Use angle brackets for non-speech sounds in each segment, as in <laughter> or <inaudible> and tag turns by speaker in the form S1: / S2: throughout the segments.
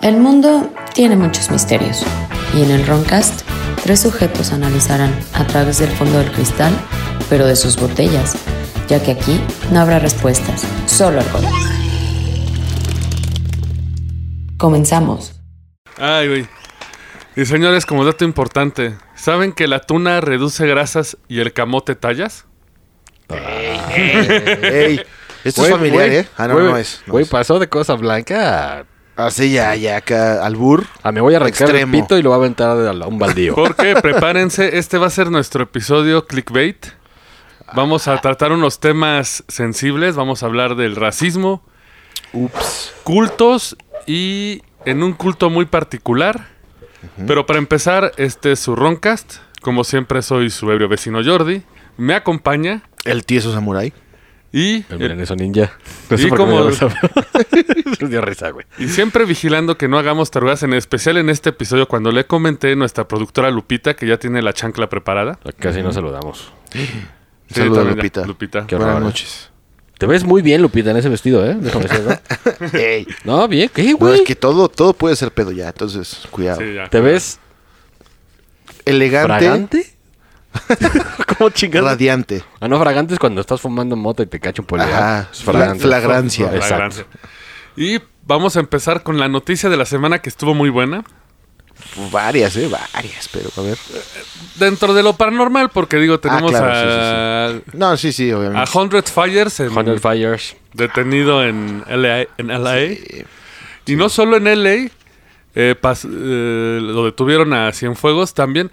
S1: El mundo tiene muchos misterios y en el Roncast tres sujetos analizarán a través del fondo del cristal, pero de sus botellas, ya que aquí no habrá respuestas, solo algo. Comenzamos.
S2: Ay, güey. Y señores, como dato importante, ¿saben que la tuna reduce grasas y el camote tallas?
S3: Ey, esto es familiar, ¿eh? Ah, no,
S4: güey,
S3: no es. no
S4: güey,
S3: es.
S4: pasó de cosa blanca a,
S3: Así ya, ya, acá, albur.
S4: a me voy a arrancar
S3: Extremo.
S4: el pito y lo va a aventar de la- a un
S2: <laughs>
S4: baldío.
S2: Porque prepárense, este va a ser nuestro episodio clickbait. Vamos a tratar unos temas sensibles, vamos a hablar del racismo,
S3: Ups.
S2: cultos y en un culto muy particular. Pero para empezar, este es su Roncast. Como siempre, soy su ebrio vecino Jordi. Me acompaña
S3: El tieso samurái.
S2: y,
S4: El milaneso ninja. No
S2: Y
S4: sé por qué me
S2: como-
S4: dio risa. <laughs> Me dio risa, güey.
S2: y siempre vigilando que no hagamos tarugas, en especial en este episodio cuando le comenté nuestra productora Lupita, que ya tiene la chancla preparada.
S4: Casi nos saludamos.
S2: Sí,
S3: Saludos,
S2: también ya,
S3: Lupita.
S2: Lupita.
S4: Qué
S3: Buenas
S4: horror, eh.
S3: noches. <laughs>
S4: Te ves muy bien, Lupita, en ese vestido, ¿eh? Déjame decirlo.
S3: Ey.
S4: No, bien, ¿qué,
S3: No,
S4: güey?
S3: es que todo, todo puede ser pedo ya, entonces, cuidado.
S2: Sí, ya.
S4: ¿Te ves
S3: Elegante,
S4: fragante? ¿Cómo chingado?
S3: radiante.
S4: Ah, no, fragante es cuando estás fumando mota y te cacho un polvo.
S3: Ajá, flagrancia.
S2: Con la
S4: Exacto.
S2: grancia. Y vamos a empezar con la noticia de la semana que estuvo muy buena.
S3: Varias, eh, varias, pero a ver.
S2: Dentro de lo paranormal, porque digo, tenemos
S3: Ah, claro,
S2: a,
S3: No, sí, sí, obviamente.
S2: a Hundred Fires en-
S4: Hunter Fires.
S2: detenido en LA. En LA. Y no solo en LA, eh, pas- eh, lo detuvieron a Cienfuegos también.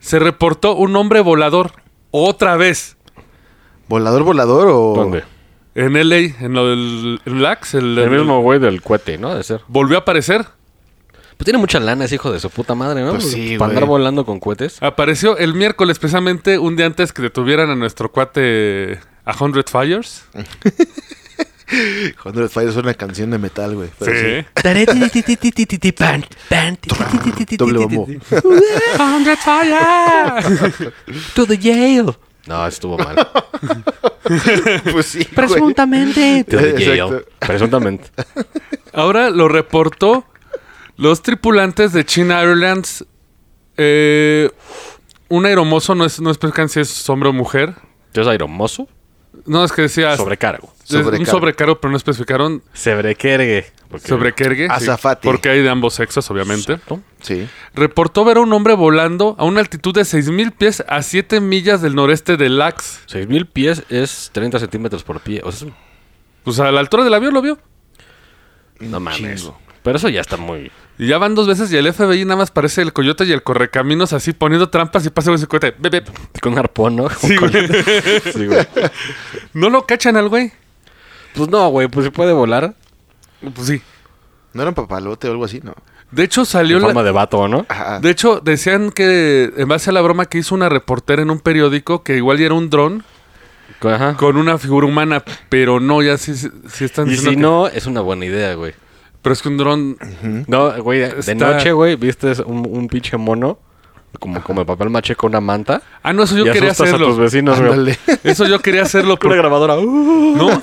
S2: Se reportó un hombre volador otra vez
S3: ¿Volador, volador o...?
S4: ¿Dónde?
S2: en LA, en lo del en LAX. El,
S4: El mismo güey del cohete, ¿no? De ser.
S2: Volvió a aparecer.
S4: Pues tiene mucha lana ese hijo de su puta madre, ¿no?
S3: Pues sí,
S4: Para andar
S3: güey.
S4: volando con cohetes.
S2: Apareció el miércoles, precisamente un día antes que detuvieran a nuestro cuate a Hundred Fires.
S3: Hundred Fires es una canción de metal, güey. pero sí. Doble bombo.
S2: Hundred Fires.
S4: To the jail. No, estuvo mal.
S3: pues sí, <laughs> güey.
S4: Presuntamente. To the jail.
S3: Exacto.
S4: Presuntamente.
S2: Ahora lo reportó los tripulantes de China Airlines. Eh, un aeromozo, no es, no especifican si es hombre o mujer.
S4: Yo soy aeromoso.
S2: No, es que decía...
S4: Sobrecargo.
S2: es Un
S3: Sobrecargo.
S2: sobrecargo, pero no especificaron
S4: Sobrequergue. Porque-
S2: sobrecargue.
S3: Azafate.
S2: Porque hay de ambos sexos, obviamente.
S4: ¿No?
S3: Sí.
S2: Reportó ver a un hombre volando a una altitud de 6.000 pies a 7 millas del noreste de Lax.
S4: 6000 pies es 30 centímetros por pie. O sea, es
S2: O sea, a la altura del avión lo vio.
S4: un- no mames.
S3: chingo.
S4: Pero eso ya está muy.
S2: Y ya van dos veces y el FBI nada más parece el coyote y el correcaminos así poniendo trampas y pasa con su cohete. Bep, bep.
S4: Con un arpón, ¿no? Sí, <laughs> güey.
S2: No lo cachan al güey.
S4: Pues no, güey. Pues se puede volar.
S2: Pues sí.
S3: ¿No era un papalote o algo así, no? Ah,
S2: De hecho, salió
S4: En
S2: la...
S4: forma de vato, ¿no?
S3: Ajá.
S2: De hecho, decían que en base a la broma que hizo una reportera en un periódico, que igual ya era un dron
S4: Ajá.
S2: con una figura humana, pero no, ya sí, sí están
S4: Y
S2: diciendo
S4: si
S2: que-
S4: no, es una buena idea, güey.
S2: Pero es que un dron...
S4: No, güey, de
S2: ¿Mm? Está-
S4: noche, güey, viste un, un pinche mono, como, como el papel maché con una manta.
S2: Ah, no, eso yo
S4: y
S2: quería
S4: asustas a tus
S2: hacerlo.
S4: vecinos, güey.
S3: Ándale.
S2: Eso yo quería
S4: <laughs>
S2: hacerlo,
S4: Con una
S2: pero
S4: grabadora. ¡uh!
S2: no.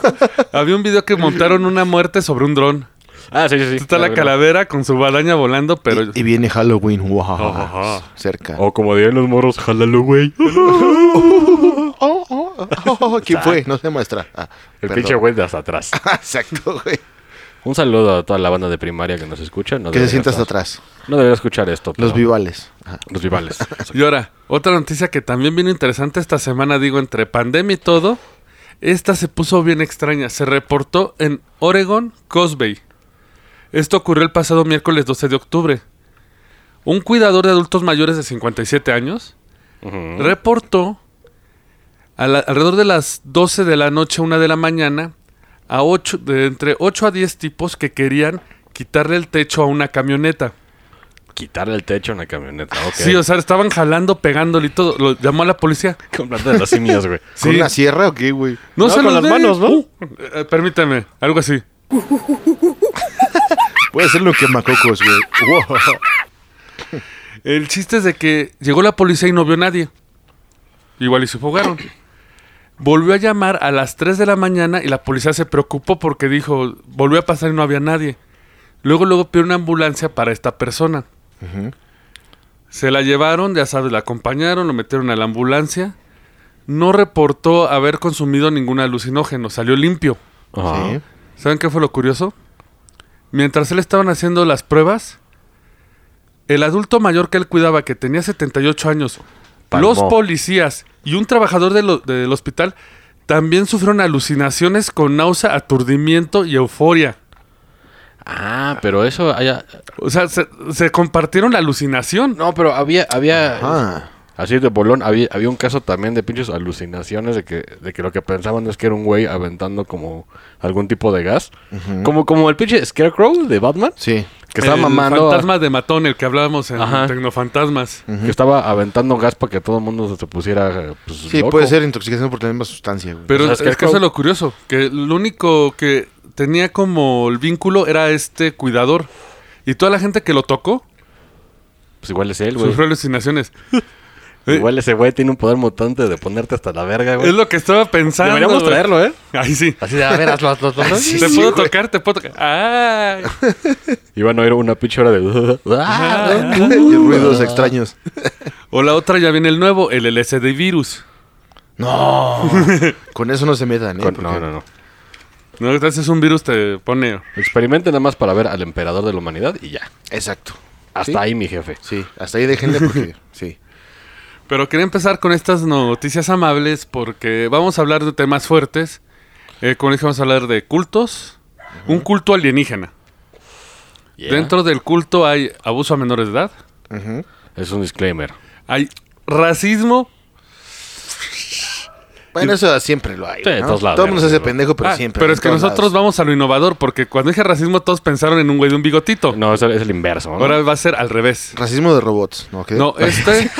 S2: Había un video que montaron una muerte sobre un dron.
S4: Ah, sí, sí, sí.
S2: Está la
S4: Ah,
S2: calavera con su badaña volando, pero...
S3: Y, y viene Halloween, guajaja,
S2: Ojaja.
S3: cerca.
S4: O como dirían los morros, jálalo, <laughs> güey.
S3: Oh, oh, oh, oh, ¿Quién fue? No se muestra. Ah,
S4: El
S3: perdón.
S4: pinche güey de hasta atrás.
S3: <laughs> Exacto, güey.
S4: Un saludo a toda la banda de primaria que nos escucha. No
S3: Que se
S4: debería
S3: sienta hasta
S4: estar-
S3: atrás.
S4: No debería escuchar esto.
S3: Los
S4: pero-
S3: vivales. Ajá.
S4: Los vivales.
S2: Y ahora, otra noticia que también vino interesante esta semana, digo, entre pandemia y todo, esta se puso bien extraña. Se reportó en Oregon, Cosby. Esto ocurrió el pasado miércoles 12 de octubre. Un cuidador de adultos mayores de 57 años
S4: Ujú.
S2: reportó a la- alrededor de las 12 de la noche, 1 de la mañana, a ocho- de entre 8 a 10 tipos que querían quitarle el techo a una camioneta.
S4: <laughs> Quitarle el techo a una camioneta. ok.
S2: Sí, o sea, estaban jalando, pegándole y todo. Lo llamó a la policía.
S4: Con planta de los simios, güey.
S2: Sí.
S3: ¿Con una sierra o qué, güey?
S2: No,
S4: No,
S2: se
S4: con
S2: los
S4: las
S2: dé.
S4: manos, ¿no?
S2: Uh, eh, permítame, algo así.
S3: Voy a hacer lo que macocos, güey. Wow.
S2: El chiste es de que llegó la policía y no vio a nadie. Igual y se fugaron. Volvió a llamar a las 3 de la mañana y la policía se preocupó porque dijo, volvió a pasar y no había nadie. Luego, luego pide una ambulancia para esta persona. Se la llevaron, ya sabes, la acompañaron, lo metieron a la ambulancia. No reportó haber consumido ningún alucinógeno, salió limpio.
S4: Ajá.
S3: Sí.
S2: ¿Saben qué fue lo curioso? Mientras él estaban haciendo las pruebas, el adulto mayor que él cuidaba, que tenía 78 años,
S4: Palmó.
S2: los policías y un trabajador de lo- del hospital también sufrieron alucinaciones con náusea, aturdimiento y euforia.
S4: Ah, pero eso allá...
S2: O sea, se, se compartieron la alucinación.
S4: No, pero había, había...
S3: Ah,
S4: Así de bolón, había, había un caso también de pinches alucinaciones de que, de que lo que pensaban es que era un güey aventando como algún tipo de gas. Como, como el pinche Scarecrow de Batman,
S3: sí.
S4: que estaba
S2: el
S4: mamando,
S2: fantasma de matón, el que hablábamos en
S4: Ajá.
S2: Tecnofantasmas.
S4: que estaba aventando gas para que todo el mundo se pusiera eh, pues,
S3: Sí,
S4: loco.
S3: puede ser intoxicación por tener más sustancia, güey.
S2: Pero
S4: O sea,
S2: es,
S4: es que
S2: es que
S4: es
S2: eso
S4: como-
S2: es lo curioso, que lo único que tenía como el vínculo era este cuidador. Y toda la gente que lo tocó
S4: Pues igual es él, güey.
S2: sufrió alucinaciones. Eh,
S4: Igual ese güey tiene un poder mutante de ponerte hasta la verga,
S2: es
S4: güey.
S2: lo que estaba pensando.
S4: Deberíamos
S2: güey.
S4: traerlo, ¿eh?
S2: Ay, sí.
S4: Así de, a ver, hazlo, hazlo, <laughs> hazlo.
S2: te puedo tocar, te puedo tocar.
S4: <laughs>
S2: Ay.
S4: Y van a oír una pinche hora de... <laughs>
S2: Ah.
S3: <laughs> Y ruidos extraños.
S2: O la otra ya viene el nuevo, el LSD virus.
S4: <laughs>
S3: No. Con eso no se metan, ¿eh?
S4: Con-
S3: Porque-
S4: no, no, no.
S2: No, entonces es un virus te pone
S4: Experimenten nada más para ver al emperador de la humanidad y ya.
S3: Exacto.
S4: Hasta
S3: ¿Sí?
S4: ahí, mi jefe.
S3: Sí, hasta ahí déjenle
S4: <laughs>
S3: porque... Sí.
S2: Pero quería empezar con estas noticias amables porque vamos a hablar de temas fuertes. Eh, como dije, vamos a hablar de cultos. Un culto alienígena. Dentro del culto hay abuso a menores de edad.
S3: Ujú.
S4: Es un disclaimer.
S2: Hay racismo.
S3: Bueno, eso siempre lo hay.
S4: Sí,
S3: ¿no?
S4: de todos lados,
S3: Todo el mundo se hace
S4: güey.
S3: pendejo, pero
S2: Ah,
S3: siempre.
S2: pero
S3: en
S2: es que
S3: todos
S2: nosotros
S3: lados.
S2: vamos a lo innovador porque cuando dije racismo todos pensaron en un güey de un bigotito.
S4: No, es el, es el inverso. ¿no?
S2: Ahora va a ser al revés.
S3: Racismo de robots, ¿no? ¿Qué?
S2: No, este...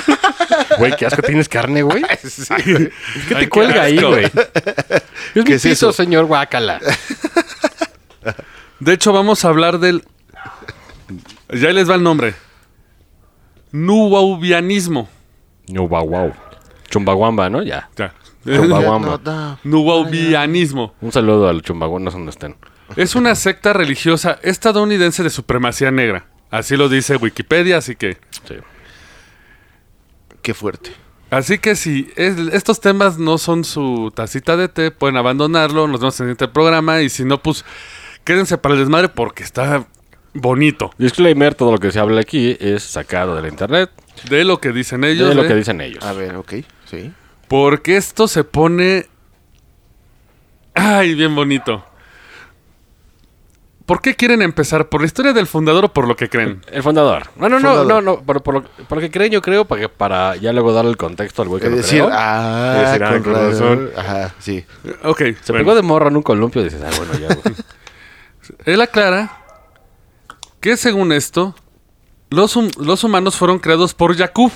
S4: Güey, qué asco tienes carne, güey. <laughs> ¿Qué
S2: Ay,
S4: te cuelga ahí,
S2: asco.
S4: güey? Es mi
S3: es
S4: piso,
S3: eso?
S4: señor Guacala.
S2: De hecho, vamos a hablar del... Ya les va el nombre. Nuwaubianismo.
S4: No, guau, guau. Chumbaguamba, ¿no? Ya.
S2: Ya.
S4: Chumbaguamba.
S3: No, no.
S2: Nuwaubianismo.
S4: Un saludo al Chumbaguamba, no sé dónde estén.
S2: Es una secta religiosa estadounidense de supremacía negra. Así lo dice Wikipedia, así que...
S4: Sí.
S3: Qué fuerte.
S2: Así que si es- estos temas no son su tacita de té, pueden abandonarlo, nos vemos en el siguiente programa y si no, pues quédense para el desmadre porque está bonito.
S4: Disclaimer, todo lo que se habla aquí es sacado de la internet.
S2: De lo que dicen ellos.
S4: Ellos es lo
S2: ¿eh?
S4: que dicen ellos.
S3: A ver, ok. Sí.
S2: Porque esto se pone... Ay, bien bonito. ¿Por qué quieren empezar? ¿Por la historia del fundador o por lo que
S4: <laughs>
S2: creen?
S4: El fundador. No, no, no,
S3: Fundador.
S4: no, no. Por, por lo, por lo que creen, yo creo, para, que- para ya luego darle el contexto al güey que
S3: Es
S4: lo
S3: decir,
S4: creó.
S3: ah,
S4: Es decir, ah,
S3: con
S4: con
S3: razón. Ajá, sí.
S2: Ok.
S4: Se
S2: bueno.
S4: pegó de morro en un columpio y dices, ah, bueno, ya, <laughs> güey.
S2: Él aclara que según esto, los, hum- los humanos fueron creados por Yakub,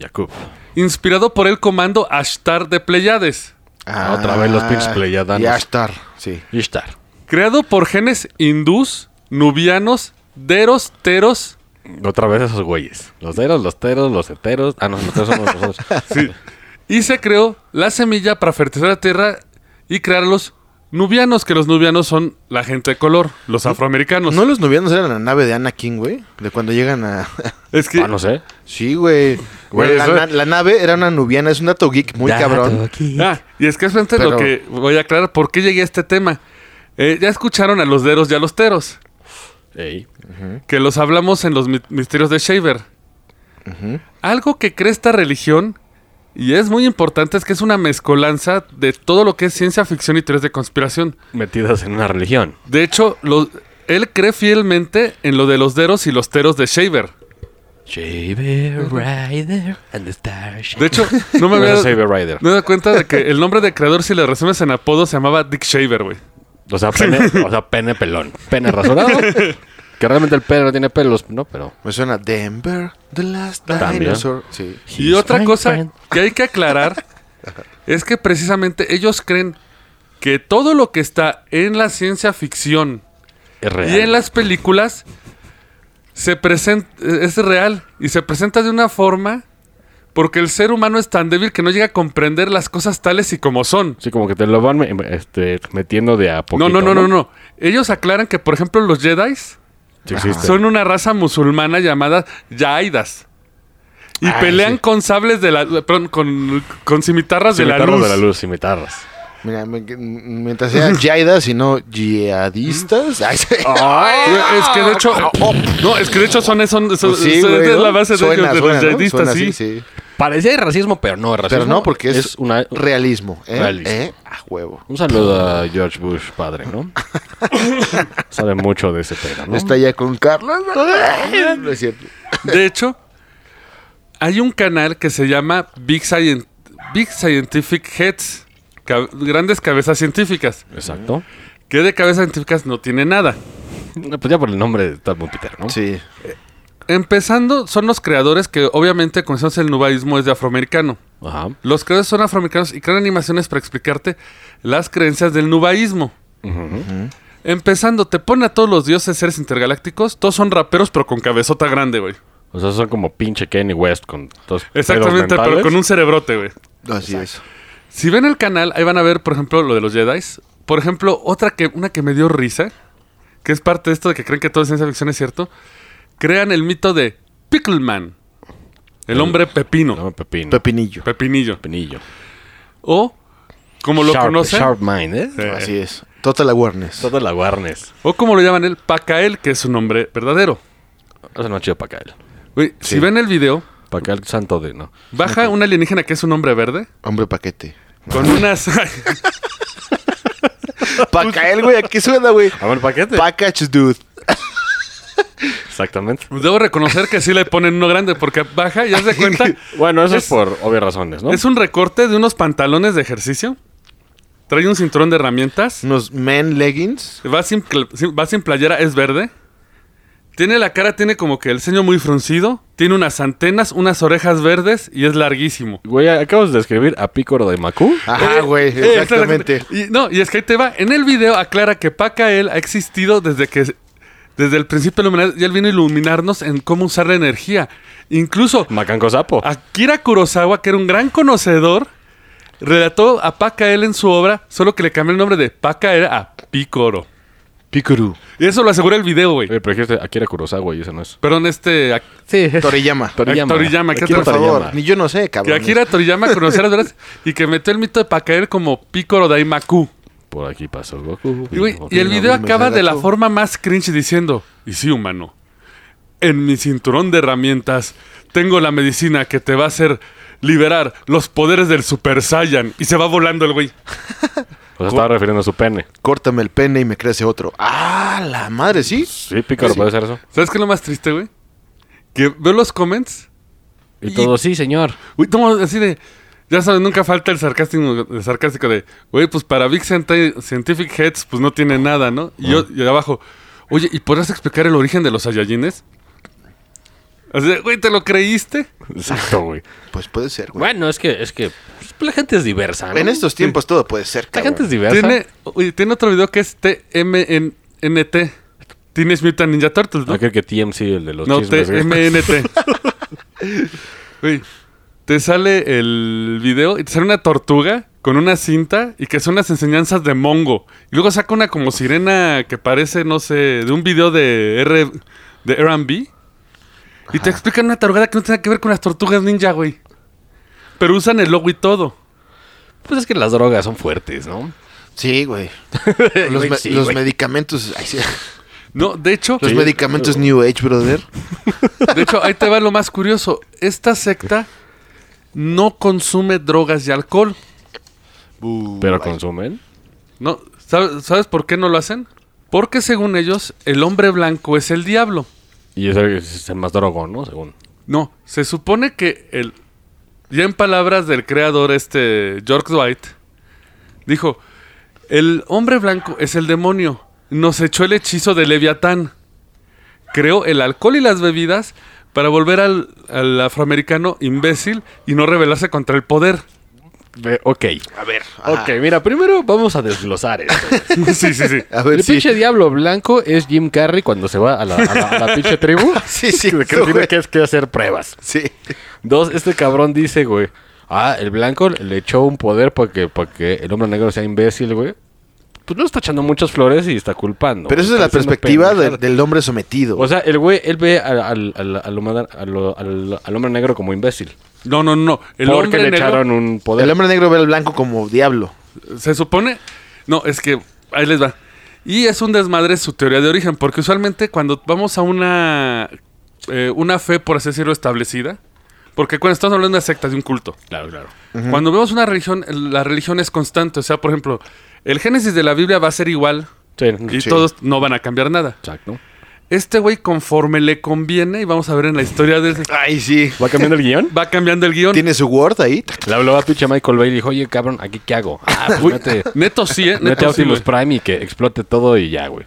S4: Jacob.
S2: inspirado por el comando Ashtar de Pleiades,
S4: Ah, otra vez los pinches pleyadanos.
S3: Ya estar, sí.
S4: Ishtar.
S2: creado por genes hindús, nubianos, deros, teros.
S4: Otra vez esos güeyes. Los deros, los teros, los heteros. Ah, no, los teros somos nosotros.
S3: <laughs>
S2: Sí. Y se creó la semilla para fertilizar la tierra y crear a los nubianos, que los nubianos son la gente de color, los afroamericanos.
S3: ¿No los novianos eran la nave de Anakin, güey? De cuando llegan a... <laughs>
S2: es que
S4: Ah, no sé.
S3: sí, güey.
S4: Güey,
S3: la,
S4: eso-
S3: na- la nave era una nubiana, es un dato geek muy cabrón.
S2: Ah, y es que es frente a lo
S3: Pero-
S2: que voy a aclarar por qué llegué a este tema. Eh, ya escucharon a los deros y a los teros.
S4: Ey.
S2: que los hablamos en los mi- misterios de Shaver. Algo que cree esta religión, y es muy importante, es que es una mezcolanza de todo lo que es ciencia ficción y teorías de conspiración.
S4: Metidas en una religión.
S2: De hecho, lo- él cree fielmente en lo de los deros y los teros de Shaver.
S4: Saber Rider and the Star
S2: De hecho, no me había
S4: No es Saber Rider.
S2: no me dado cuenta de que el nombre de creador, si le resumes en apodo, se llamaba Dick Shaver, güey.
S4: O sea, pene, o sea, pene pelón. Pene razonado. que realmente el pene no tiene pelos, ¿no? Pero.
S3: Me suena Denver, The Last
S4: También.
S3: Dinosaur. Sí.
S2: Y otra cosa que hay que aclarar es que precisamente ellos creen que todo lo que está en la ciencia ficción
S4: Es real.
S2: Y en las películas se presenta, es real y se presenta de una forma porque el ser humano es tan débil que no llega a comprender las cosas tales y como son.
S4: Sí, como que te lo van me- este, metiendo de a poquito.
S2: no, no, no, no, no. Ellos aclaran que, por ejemplo, los Jedi
S4: Sí existe.
S2: Son una raza musulmana llamada Yaidas. Y
S4: Ah,
S2: pelean
S4: sí.
S2: con sables de la... Perdón, con, con cimitarras de la
S4: Cimitarros
S2: luz.
S4: de la luz, cimitarras.
S3: Mira, me- mientras
S4: <laughs>
S3: sean yaidas y no yihadistas. Ay, sí.
S4: Ah,
S3: <laughs>
S2: Es que de hecho... No, es que de hecho son... son, son-
S3: Pues sí,
S2: son-
S3: güey,
S2: es
S3: ¿no?
S2: la base de,
S3: Suena,
S2: ellos, de
S3: suena,
S2: los
S3: ¿no?
S2: yihadistas,
S3: Suena
S2: sí.
S3: así, sí.
S4: Parecía racismo, pero no es racismo.
S3: Pero no, porque es,
S4: una...
S3: realismo. ¿eh?
S4: Realismo.
S3: ¿Eh? A huevo.
S4: Un saludo a George Bush, padre,
S3: <laughs>
S4: ¿no? Sabe mucho de ese tema, ¿no?
S3: Está ya con Carlos. No es cierto.
S2: De hecho, hay un canal que se llama Big, Scien- Big Scientific Heads. ca- grandes cabezas científicas.
S4: Exacto.
S2: Que de cabezas científicas no tiene nada.
S4: No, Pues ya por el nombre está muy pitero, ¿no?
S3: Sí.
S2: Empezando, son los creadores que obviamente conocemos el nubaísmo desde afroamericano.
S4: Ajá.
S2: Los creadores son afroamericanos y crean animaciones para explicarte las creencias del nubaísmo. Empezando, te pone a todos los dioses seres intergalácticos. Todos son raperos, pero con cabezota grande, güey.
S4: O sea, son como pinche Kenny West con dos pedos
S2: Exactamente, pero
S4: mentales.
S2: con un cerebrote, güey.
S3: Así es.
S2: Si ven el canal, ahí van a ver, por ejemplo, lo de los Jedi. Por ejemplo, otra que, una que me dio risa, que es parte de esto de que creen que todo es ciencia ficción, es cierto. Crean el mito de Pickleman, el hombre pepino,
S4: No, pepino.
S3: Pepinillo.
S2: pepinillo.
S4: Pepinillo.
S2: O, como lo
S4: Sharp-
S2: conocen,
S4: Sharp Mind, ¿eh? Tota-
S2: Eh.
S3: Así es. Tota Total awareness.
S4: Todo la Warnes.
S2: o como lo llaman él, Pacael, que es su nombre verdadero.
S4: Eso no es chido para Kyle.
S2: Güey, Si ven el video,
S4: Para Kyle Santo de, ¿no?
S2: baja un alienígena que es un hombre verde,
S3: Hombre paquete.
S2: con <laughs> unas...
S3: <laughs> Pa' caer, güey. ¿A qué suena, güey?
S4: A ver, paquete.
S3: Package, dude.
S4: Exactamente.
S2: Debo reconocer que sí le ponen uno grande, porque baja y haz de cuenta...
S4: Bueno, eso es, por obvias razones, ¿no?
S2: Es un recorte de unos pantalones de ejercicio. Trae un cinturón de herramientas.
S3: Unos men leggings.
S2: Va sin, cl- sin- va sin playera, es verde. Tiene la cara, tiene como que el ceño muy fruncido. Tiene unas antenas, unas orejas verdes y es larguísimo.
S4: Güey, acabas de escribir a Pícoro de Macu.
S2: Eh,
S3: Ajá, Ah, güey. Exactamente.
S2: Y, no, y es que ahí te va. En el video aclara que Pacael ha existido desde que... Desde el principio de la humanidad, y él vino a iluminarnos en cómo usar la energía. Incluso
S4: Macanco Sapo.
S2: Akira Kurosawa, que era un gran conocedor, relató a Pacael en su obra, solo que le cambió el nombre de Pacael a Picoro.
S3: Picuru.
S2: Y eso lo asegura el video, güey.
S4: Oye, pero dijiste Akira Kurosawa y eso no es.
S2: Perdón, este. Ak-
S4: Eh, Sí.
S3: Toriyama.
S4: Toriyama.
S2: Toriyama, ¿qué tal?
S4: Akira
S3: Por favor. Ni
S4: Toriyama.
S3: yo no sé,
S2: Que
S3: cabrón.
S2: Akira Toriyama conocía las verdades y que metió el mito de Pacael como Picoro Daimaku.
S4: Por aquí pasó Goku.
S2: Y, güey, y el
S3: no,
S2: video
S3: no, me
S2: acaba de la
S3: agachó.
S2: forma más cringe diciendo: Y sí, humano. En mi cinturón de herramientas tengo la medicina que te va a hacer liberar los poderes del Super Saiyan. Y se va volando el güey.
S4: O sea, estaba refiriendo a su pene.
S3: Córtame el pene y me crece otro. ¡Ah, la madre! ¿Sí?
S4: Sí, Pícoro
S3: Sí.
S4: puede ser eso.
S2: ¿Sabes qué es lo más triste, güey? Que veo los comments.
S4: Y todo, sí, señor.
S2: Uy, tomo así de. Ya sabes, nunca falta el sarcástico, el sarcástico de. Güey, pues para Big Scienti- Scientific Heads, pues no tiene nada, ¿no? Y yo, y abajo. Oye, ¿y podrás explicar el origen de los Saiyajines? Así de, güey, ¿te lo creíste?
S4: Exacto, güey.
S3: Pues puede ser, güey.
S4: Bueno, es que, es que pues, la gente es diversa, ¿no?
S3: En estos tiempos todo puede ser,
S4: La
S3: cabrón.
S4: gente es diversa.
S2: Tiene, oye, tiene otro video que es TMNT. Tienes Mutant Ninja Turtles, ¿no?
S4: No creo que TMC, el de los
S2: No,
S4: chismes. güey. <laughs>
S2: TMNT. Güey, te sale el video y te sale una tortuga con una cinta y que son las enseñanzas de Mongo. Y luego saca una como sirena que parece, no sé, de un video de R de R&B. Y te explican una tarugada que no tiene que ver con las tortugas ninja, güey. Pero usan el logo y todo.
S4: Pues es que las drogas son fuertes, ¿no?
S3: Sí,
S4: <laughs>
S3: güey. Los,
S4: Güey,
S3: me-
S4: sí,
S3: los
S4: güey.
S3: medicamentos.
S4: <laughs>
S3: ay, sí.
S2: No, de hecho,
S3: Los medicamentos New Age, brother.
S2: de hecho, ahí te va lo más curioso. Esta secta no consume drogas y alcohol.
S4: Pero consumen.
S2: No, ¿sabes, ¿sabes por qué no lo hacen? Porque según ellos, el hombre blanco es el diablo.
S4: Y eso es el más drogón, ¿no? Según.
S2: No, se supone que el. Ya en palabras del creador, este George Dwight, dijo: El hombre blanco es el demonio. Nos echó el hechizo de Leviatán. Creó el alcohol y las bebidas para volver al, al afroamericano imbécil y no rebelarse contra el poder. <laughs>
S4: Eh, ok.
S3: A ver.
S4: Ok, mira, primero vamos a desglosar esto.
S2: sí, sí, sí.
S3: <laughs> A
S4: El
S3: ver, sí.
S4: pinche diablo blanco es Jim Carrey cuando se va a la, a la- a la pinche tribu.
S3: <laughs> Sí, sí,
S4: <laughs> Que
S3: güey.
S4: tiene que, que hacer pruebas.
S3: Sí.
S4: Dos, este cabrón dice, güey. Ah, el blanco le echó un poder para que, para que el hombre negro sea imbécil, güey. pues no está echando muchas flores y está culpando.
S3: Pero eso es
S4: está
S3: la
S4: diciendo
S3: perspectiva del,
S4: pendejadas.
S3: del hombre sometido.
S4: O sea, el güey, él ve al, al- al- al hombre, al, al- al hombre negro como imbécil.
S2: No, no, no. El
S4: porque
S2: hombre
S4: le
S2: negro-
S4: echaron un poder.
S3: el hombre negro ve al blanco como diablo.
S2: Se supone. No, es que. Ahí les va. Y es un desmadre su teoría de origen, porque usualmente cuando vamos a una. eh, una fe, por así decirlo, establecida. Porque cuando estamos hablando de sectas, de un culto.
S4: Claro, claro.
S2: Cuando vemos una religión, el- la religión es constante. O sea, por ejemplo, el génesis de la Biblia va a ser igual
S4: Sí,
S2: y
S3: Sí.
S2: todos no van a cambiar nada.
S4: exacto.
S2: Este güey, conforme le conviene, y vamos a ver en la historia de.
S3: Ay, sí.
S4: ¿Va cambiando el guión?
S2: Va cambiando el guión.
S3: Tiene su Word ahí.
S4: <laughs>
S3: <laughs>
S4: Le habló a pinche Michael Bay y le dijo, oye, cabrón, ¿aquí qué hago? Ah, pues
S2: Uy,
S4: <laughs> mete,
S2: Neto sí, ¿eh?
S4: mete a
S2: Neto sí,
S4: Optimus
S2: güey.
S4: Prime y que explote todo y ya, güey.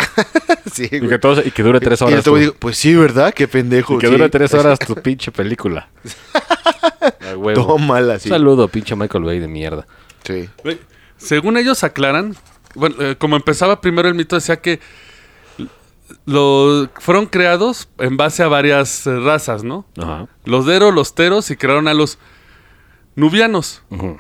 S3: Sí,
S4: Y
S3: güey.
S4: que, todo, y que dure tres
S3: Y el
S4: horas.
S3: otro
S4: tu-
S3: güey dijo, pues sí, ¿verdad? Qué pendejo.
S4: y que
S3: sí.
S4: dure <laughs> tres
S3: <laughs>
S4: horas tu pinche película. Ah, güey.
S3: Tómala, sí.
S4: Un saludo, pinche Michael Bay de mierda.
S3: Sí.
S2: Güey, Según ellos aclaran, bueno, eh, como empezaba primero el mito, decía que lo, fueron creados en base a varias eh, razas, ¿no?
S4: Ajá.
S2: Los deros, los teros y crearon a los nubianos.
S4: Ujú.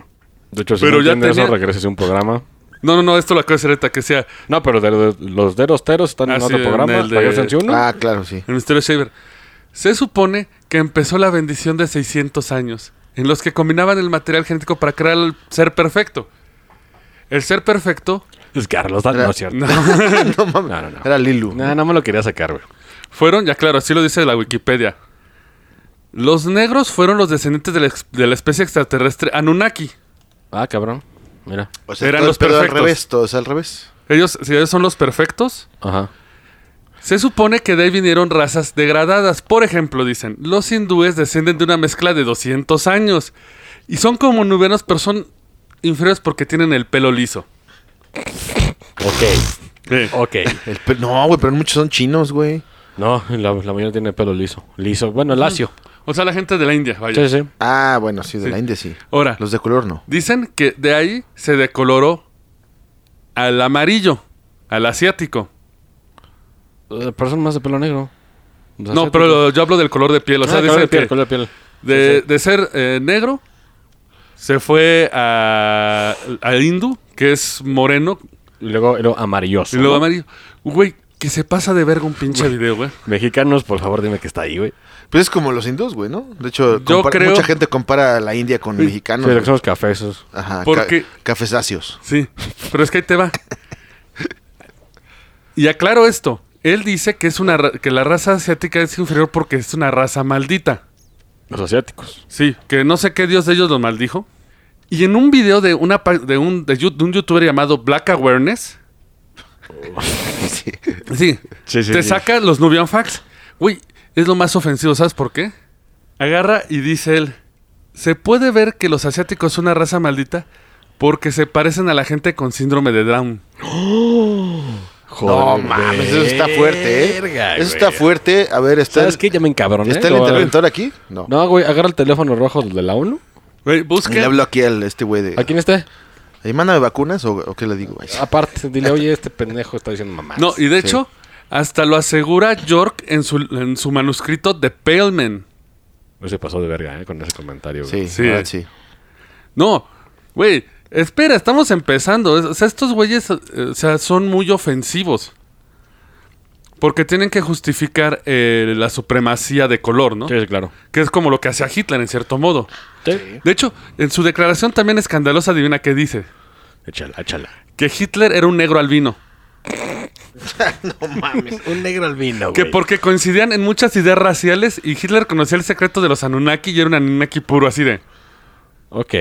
S4: De hecho, si
S2: Pero
S4: no
S2: ya
S4: entiendes eso,
S2: tenía-
S4: regreses a un programa.
S2: No, no, no, esto lo acabo de decir ahorita, que sea
S4: No, pero de, de- los de los teros están
S2: Ah,
S4: en
S2: sí,
S4: otro
S2: en
S4: programa.
S2: el de-
S4: regresense uno.
S3: Ah, claro, sí.
S2: el misterio de Shaver. Se supone que empezó la bendición de 600 años, en los que combinaban el material genético para crear el ser perfecto. El ser perfecto <laughs>
S4: Es Carlos, no es cierto. <laughs> No,
S3: no mames.
S4: No, no, no.
S3: Era Lilu.
S4: no me lo quería sacar, güey.
S2: Fueron, ya claro, así lo dice la Wikipedia. Los negros fueron los descendientes de la, ex- de la especie extraterrestre Anunnaki.
S4: Ah, cabrón. Mira.
S3: O sea,
S2: Eran
S3: todo-
S2: los
S3: pero al
S2: perfectos.
S3: revés, todo es al revés.
S2: Ellos, si ellos son los perfectos,
S4: Ajá.
S2: se supone que de ahí vinieron razas degradadas. Por ejemplo, dicen, los hindúes descienden de una mezcla de 200 años. Y son como nubianos, pero son inferiores porque tienen el pelo liso.
S4: Ok. Ok.
S3: El pe- No, güey, pero muchos son chinos, güey.
S4: No, la, la mayoría tiene pelo liso. Liso. Bueno, lacio.
S2: O sea, la gente de la India, vaya.
S4: Sí, sí.
S3: Ah, bueno, sí, de
S2: Sí.
S3: la India sí.
S2: Ahora,
S3: Los de color no.
S2: dicen que de ahí se decoloró al amarillo, al asiático.
S4: Eh, Pero son más de pelo negro. Los
S2: No,
S4: asiáticos.
S2: pero lo- yo hablo del color de piel. O
S4: Ah,
S2: sea,
S4: color de
S2: dicen
S4: piel,
S2: que
S4: color de piel.
S2: de, de ser eh, negro se fue a, a hindú, que es moreno,
S4: Y luego, y luego amarilloso.
S2: y luego
S4: ¿no?
S2: amarillo. Güey, que se pasa de verga un pinche video, güey.
S4: Mexicanos, por favor, dime que está ahí, güey.
S3: Pues es como los hindús, güey, ¿no? De hecho,
S2: Yo
S3: compara-
S2: creo-
S3: mucha gente compara a la India con
S4: Sí,
S3: mexicanos.
S4: lo que
S3: güey.
S4: son los cafesos.
S3: Ajá,
S2: Porque-
S3: ca- cafesáceos.
S2: Sí, pero es que ahí te va. Y aclaro esto. Él dice que, es una ra- que la raza asiática es inferior porque es una raza maldita.
S4: Los asiáticos.
S2: Sí, que no sé qué dios de ellos los maldijo. Y en un video de, una, pa- de, un, de, you- de un youtuber llamado Black Awareness,
S3: Sí.
S2: <laughs> Sí.
S4: Sí, sí,
S2: Te
S4: sí.
S2: saca los Nubian Facts. Güey, es lo más ofensivo, ¿sabes por qué? Agarra y dice él, se puede ver que los asiáticos son una raza maldita porque se parecen a la gente con síndrome de Down.
S3: No mames, eso está fuerte, ¿eh?
S4: Verga,
S3: eso
S4: güey.
S3: está fuerte. A ver, está.
S4: ¿Sabes
S3: el-
S4: qué? Ya me encabroné.
S3: ¿Está el
S4: Lo-
S3: interventor aquí? No.
S4: No, güey, agarra el teléfono rojo de la ONU.
S2: Güey,
S3: Y Le
S2: busca.
S3: hablo aquí al este güey de.
S4: ¿A quién está?
S3: "Ey, mándame vacunas o, o qué le digo? Ay, sí.
S4: Aparte, dile, oye, este pendejo está diciendo mamá.
S2: No, y de
S3: Sí.
S2: hecho, hasta lo asegura York en su, en su manuscrito The Pale Man.
S4: No se pasó de verga, ¿eh? Con ese comentario, güey.
S3: Sí,
S2: Sí,
S3: la verdad,
S2: eh.
S3: sí.
S2: No, güey, espera, estamos empezando. Es- O sea, estos güeyes, eh, o sea, son muy ofensivos. Porque tienen que justificar eh, la supremacía de color, ¿no?
S4: Sí, sí, claro.
S2: Que es como lo que hacía Hitler, en cierto modo.
S4: Sí.
S2: De hecho, en su declaración también escandalosa, adivina qué dice.
S4: Échala, échala.
S2: Que Hitler era un negro albino.
S4: Un negro albino,
S2: Que porque coincidían en muchas ideas raciales y Hitler conocía el secreto de los Anunnaki y era un Anunnaki puro, así de...
S4: Ok.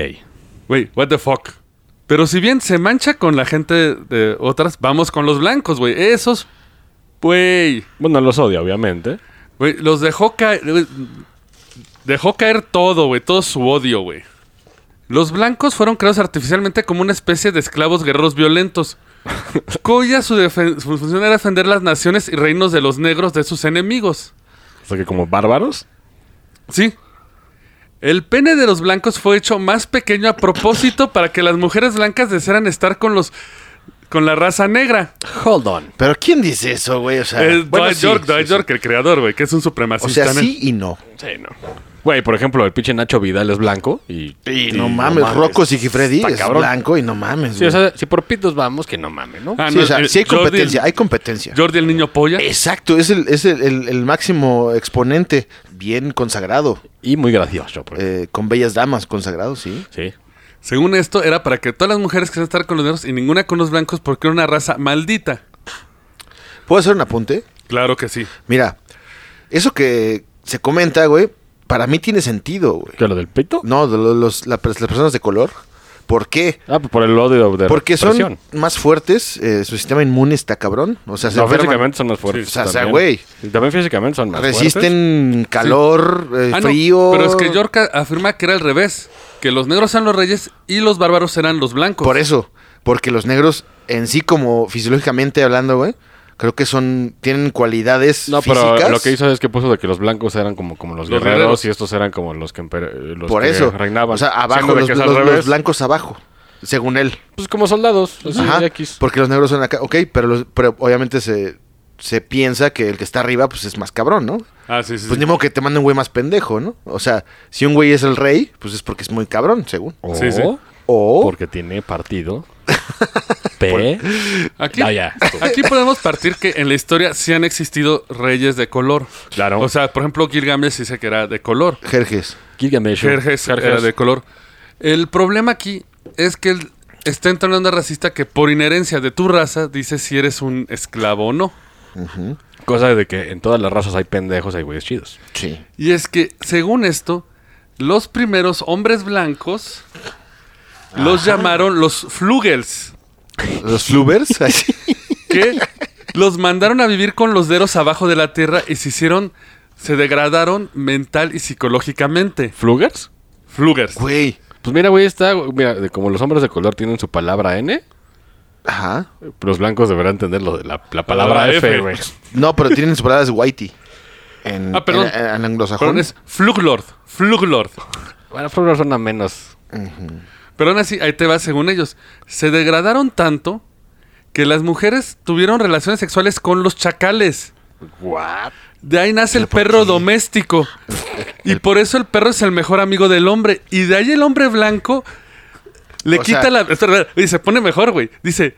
S2: Güey, what the fuck. Pero si bien se mancha con la gente de otras, vamos con los blancos, güey. Esos, güey.
S4: Bueno, los odia, obviamente.
S2: Güey, los dejó caer. güey, Dejó caer todo, güey. Todo su odio, güey. Los blancos fueron creados artificialmente como una especie de esclavos guerreros
S3: <laughs>
S2: violentos. Cuya su, defen- su función era defender las naciones y reinos de los negros de sus enemigos.
S4: O sea que como bárbaros.
S2: Sí. El pene de los blancos fue hecho más pequeño a propósito para que las mujeres blancas desearan estar con los con la raza negra.
S4: Hold on.
S3: Pero ¿quién dice eso, güey? O sea,
S2: Es
S3: Ah, bueno,
S2: Dwight
S3: sí,
S2: York,
S3: sí,
S2: Dwight
S3: sí.
S2: York, el creador, güey, que es un
S3: O
S2: supremacista.
S3: sea,
S2: ¿no?
S3: sí y no.
S4: Sí, no. Güey, por ejemplo, el pinche Nacho Vidal es blanco y...
S3: Y no mames, Rocco Sigifredi
S4: Está
S3: es
S4: cabrón.
S3: blanco y no mames.
S4: Sí,
S3: güey.
S4: o sea, si por pitos vamos, que no mames, ¿no?
S2: Ah,
S3: Sí,
S2: no,
S3: o sea,
S2: el-
S3: sí hay
S2: Jordi-
S3: competencia, hay competencia.
S2: Jordi el niño polla.
S3: Exacto, es, el, es el, el- el máximo exponente, bien consagrado,
S4: Y muy gracioso, por
S3: eh, con bellas damas, consagrado, sí.
S4: Sí.
S2: Según esto, era para que todas las mujeres quisieran estar con los negros y ninguna con los blancos porque era una raza maldita.
S3: ¿Puedo hacer un apunte?
S2: Claro que sí.
S3: Mira, eso que se comenta, güey, para mí tiene sentido, güey.
S4: ¿Que lo del pito?
S3: No, de lo- los, la- las personas de color. ¿Por qué?
S4: Ah, pues por el odio de
S3: Porque
S4: represión.
S3: son más fuertes, eh, su sistema inmune está cabrón. O sea, se
S4: No,
S3: enferman,
S4: físicamente son más fuertes.
S3: Sí, o sea,
S4: también.
S3: güey.
S4: Y También físicamente son más fuertes.
S3: resisten calor, eh,
S2: Ah, no,
S3: frío.
S2: pero es que Yorka afirma que era al revés. Que los negros eran los reyes y los bárbaros eran los blancos.
S3: Por eso, porque los negros en sí, como fisiológicamente hablando, güey, creo que son, tienen cualidades
S4: No, pero
S3: físicas.
S4: lo que hizo es que puso de que los blancos eran como, como los,
S2: Los
S4: guerreros,
S2: guerreros.
S4: y estos eran como los que, emper- los
S3: por
S4: que
S3: eso.
S4: reinaban.
S3: O sea, abajo,
S4: Siendo de
S3: los,
S4: que es al
S3: los- los
S4: revés.
S3: blancos abajo, según él.
S4: Pues como soldados. así,
S3: Ajá,
S4: X.
S3: porque los negros son acá, ok, pero, los- pero obviamente se, se piensa que el que está arriba, pues es más cabrón, ¿no?
S2: Ah, sí, sí.
S3: Pues
S2: sí.
S3: ni modo que te mande un güey más pendejo, ¿no? O sea, si un güey es el rey, pues es porque es muy cabrón, según.
S4: O
S2: Sí, sí.
S3: O
S4: porque
S3: <laughs>
S4: tiene partido. P.
S2: Aquí,
S4: Ah, ya.
S2: aquí podemos partir que en la historia sí han existido reyes de color.
S4: Claro.
S2: O sea, por ejemplo, Gilgamesh dice que era de color.
S3: Jerjes.
S4: Gilgamesh.
S2: Jerjes era de color. El problema aquí es que él está entrando en una racista que por inherencia de tu raza dice si eres un esclavo o no.
S4: Cosa de que en todas las razas hay pendejos, hay güeyes chidos.
S3: Sí.
S2: Y es que, según esto, los primeros hombres blancos los llamaron los flugels,
S3: Los flubers, <laughs> así.
S2: que los mandaron a vivir con los dedos abajo de la tierra y se hicieron, se degradaron mental y psicológicamente.
S4: ¿Flugers?
S2: Flugers.
S3: Güey.
S4: Pues mira, güey, está. Mira, de como los hombres de color tienen su palabra N,
S3: Ajá.
S4: los blancos deberán entender lo de la, la palabra
S2: Palabra F.
S4: F, güey.
S3: No, pero tienen sus palabras whitey. En,
S2: Ah, perdón.
S3: en- en- en anglosajón.
S2: Perdón, es fluglord, fluglord.
S4: Bueno, flugers son a menos.
S2: Pero aún así, ahí te va, según ellos, se degradaron tanto que las mujeres tuvieron relaciones sexuales con los chacales.
S4: What?
S2: De ahí nace el perro doméstico. Y por eso el perro es el mejor amigo del hombre. Y de ahí el hombre blanco le
S3: O
S2: quita
S3: sea-
S2: la... espera, espera, Y se pone mejor, güey. Dice...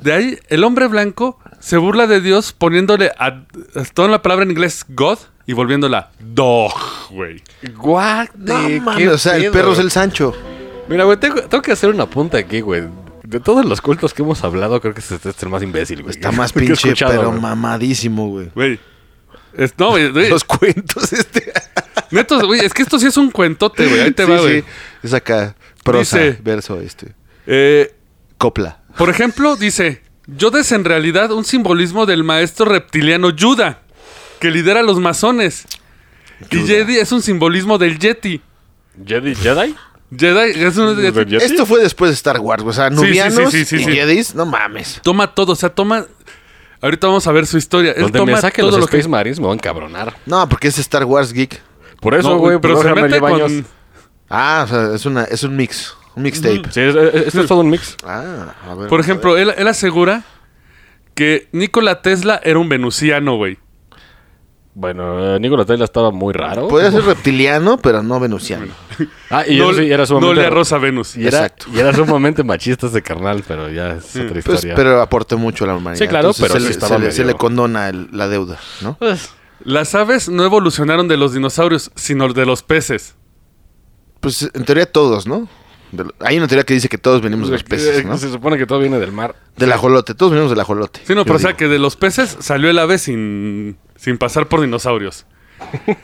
S2: De ahí el hombre blanco se burla de Dios poniéndole a, a toda la palabra en inglés God y volviéndola dog, güey.
S4: What?
S3: No
S4: the-
S3: mames,
S4: qué
S3: o sea, el
S4: pedo.
S3: perro es el Sancho.
S4: Mira, güey, tengo, tengo que hacer una punta aquí, güey. De todos los cultos que hemos hablado, creo que este este es el más imbécil, güey.
S3: Está
S4: <laughs>
S3: más
S4: que he
S3: pinche,
S4: escuchado,
S3: pero
S4: güey.
S3: mamadísimo, güey.
S2: Güey. Es- no, güey.
S3: <laughs>
S2: güey.
S3: Los cuentos este.
S2: Netos, güey, es que esto sí es un cuentote, güey. Ahí te va, güey.
S3: Es acá. Prosa,
S2: Dice-
S3: verso, este.
S2: Eh,
S3: Copla.
S2: por ejemplo, dice: Yodes en realidad un simbolismo del maestro reptiliano Yuda, que lidera a los masones. Y
S3: Yuda.
S2: Jedi es un simbolismo del Yeti.
S4: Jedi, Jedi.
S2: Jedi es un
S4: ¿De
S2: Yeti.
S4: Yeti?
S3: Esto fue después de Star Wars, güey. o sea,
S2: sí, sí,
S3: nubianos
S2: sí, sí,
S3: y
S2: sí.
S3: Jedis, no mames.
S2: Toma todo, o sea, toma. Ahorita vamos a ver su historia. Él
S4: Donde
S2: toma
S4: me saquen
S2: todo
S4: los
S2: lo que-
S4: Space Marines me van a encabronar.
S3: No, porque es Star Wars geek.
S4: Por
S2: No,
S4: eso,
S2: güey,
S4: güey,
S2: pero
S4: por
S2: se
S4: eso me
S2: mete
S4: lleva
S2: con.
S4: años.
S3: Ah, o sea, es una es un mix, un mixtape.
S4: Sí, es- es- esto es todo un mix.
S3: Ah, a ver.
S2: Por ejemplo, él, él asegura que Nikola Tesla era un venusiano, güey.
S4: Bueno, eh, Nikola Tesla estaba muy raro.
S3: podría ser reptiliano, pero no venusiano.
S4: Ah, y
S2: no,
S4: eso sí, era
S2: no
S4: sumamente...
S2: le a Rosa Venus.
S4: Y era,
S3: Exacto.
S4: y era sumamente machista ese carnal, pero ya es otra
S3: Pues,
S4: historia. <laughs>
S3: pero aportó mucho a la humanidad.
S4: Sí, claro, pero
S3: se,
S4: sí
S3: le,
S4: estaba
S3: se le- se
S4: medio-
S3: le condona el- la deuda, ¿no?
S4: Pues,
S2: Las aves no evolucionaron de los dinosaurios, sino de los peces.
S3: Pues en teoría todos, ¿no? De lo- hay una teoría que dice que todos venimos de los peces, ¿no?
S4: Eh, Se supone que todo viene del mar. <laughs>
S3: Del ajolote, todos venimos del ajolote.
S2: Sí, no,
S3: yo
S2: pero o sea
S3: digo.
S2: que de los peces salió el ave sin, sin pasar por dinosaurios.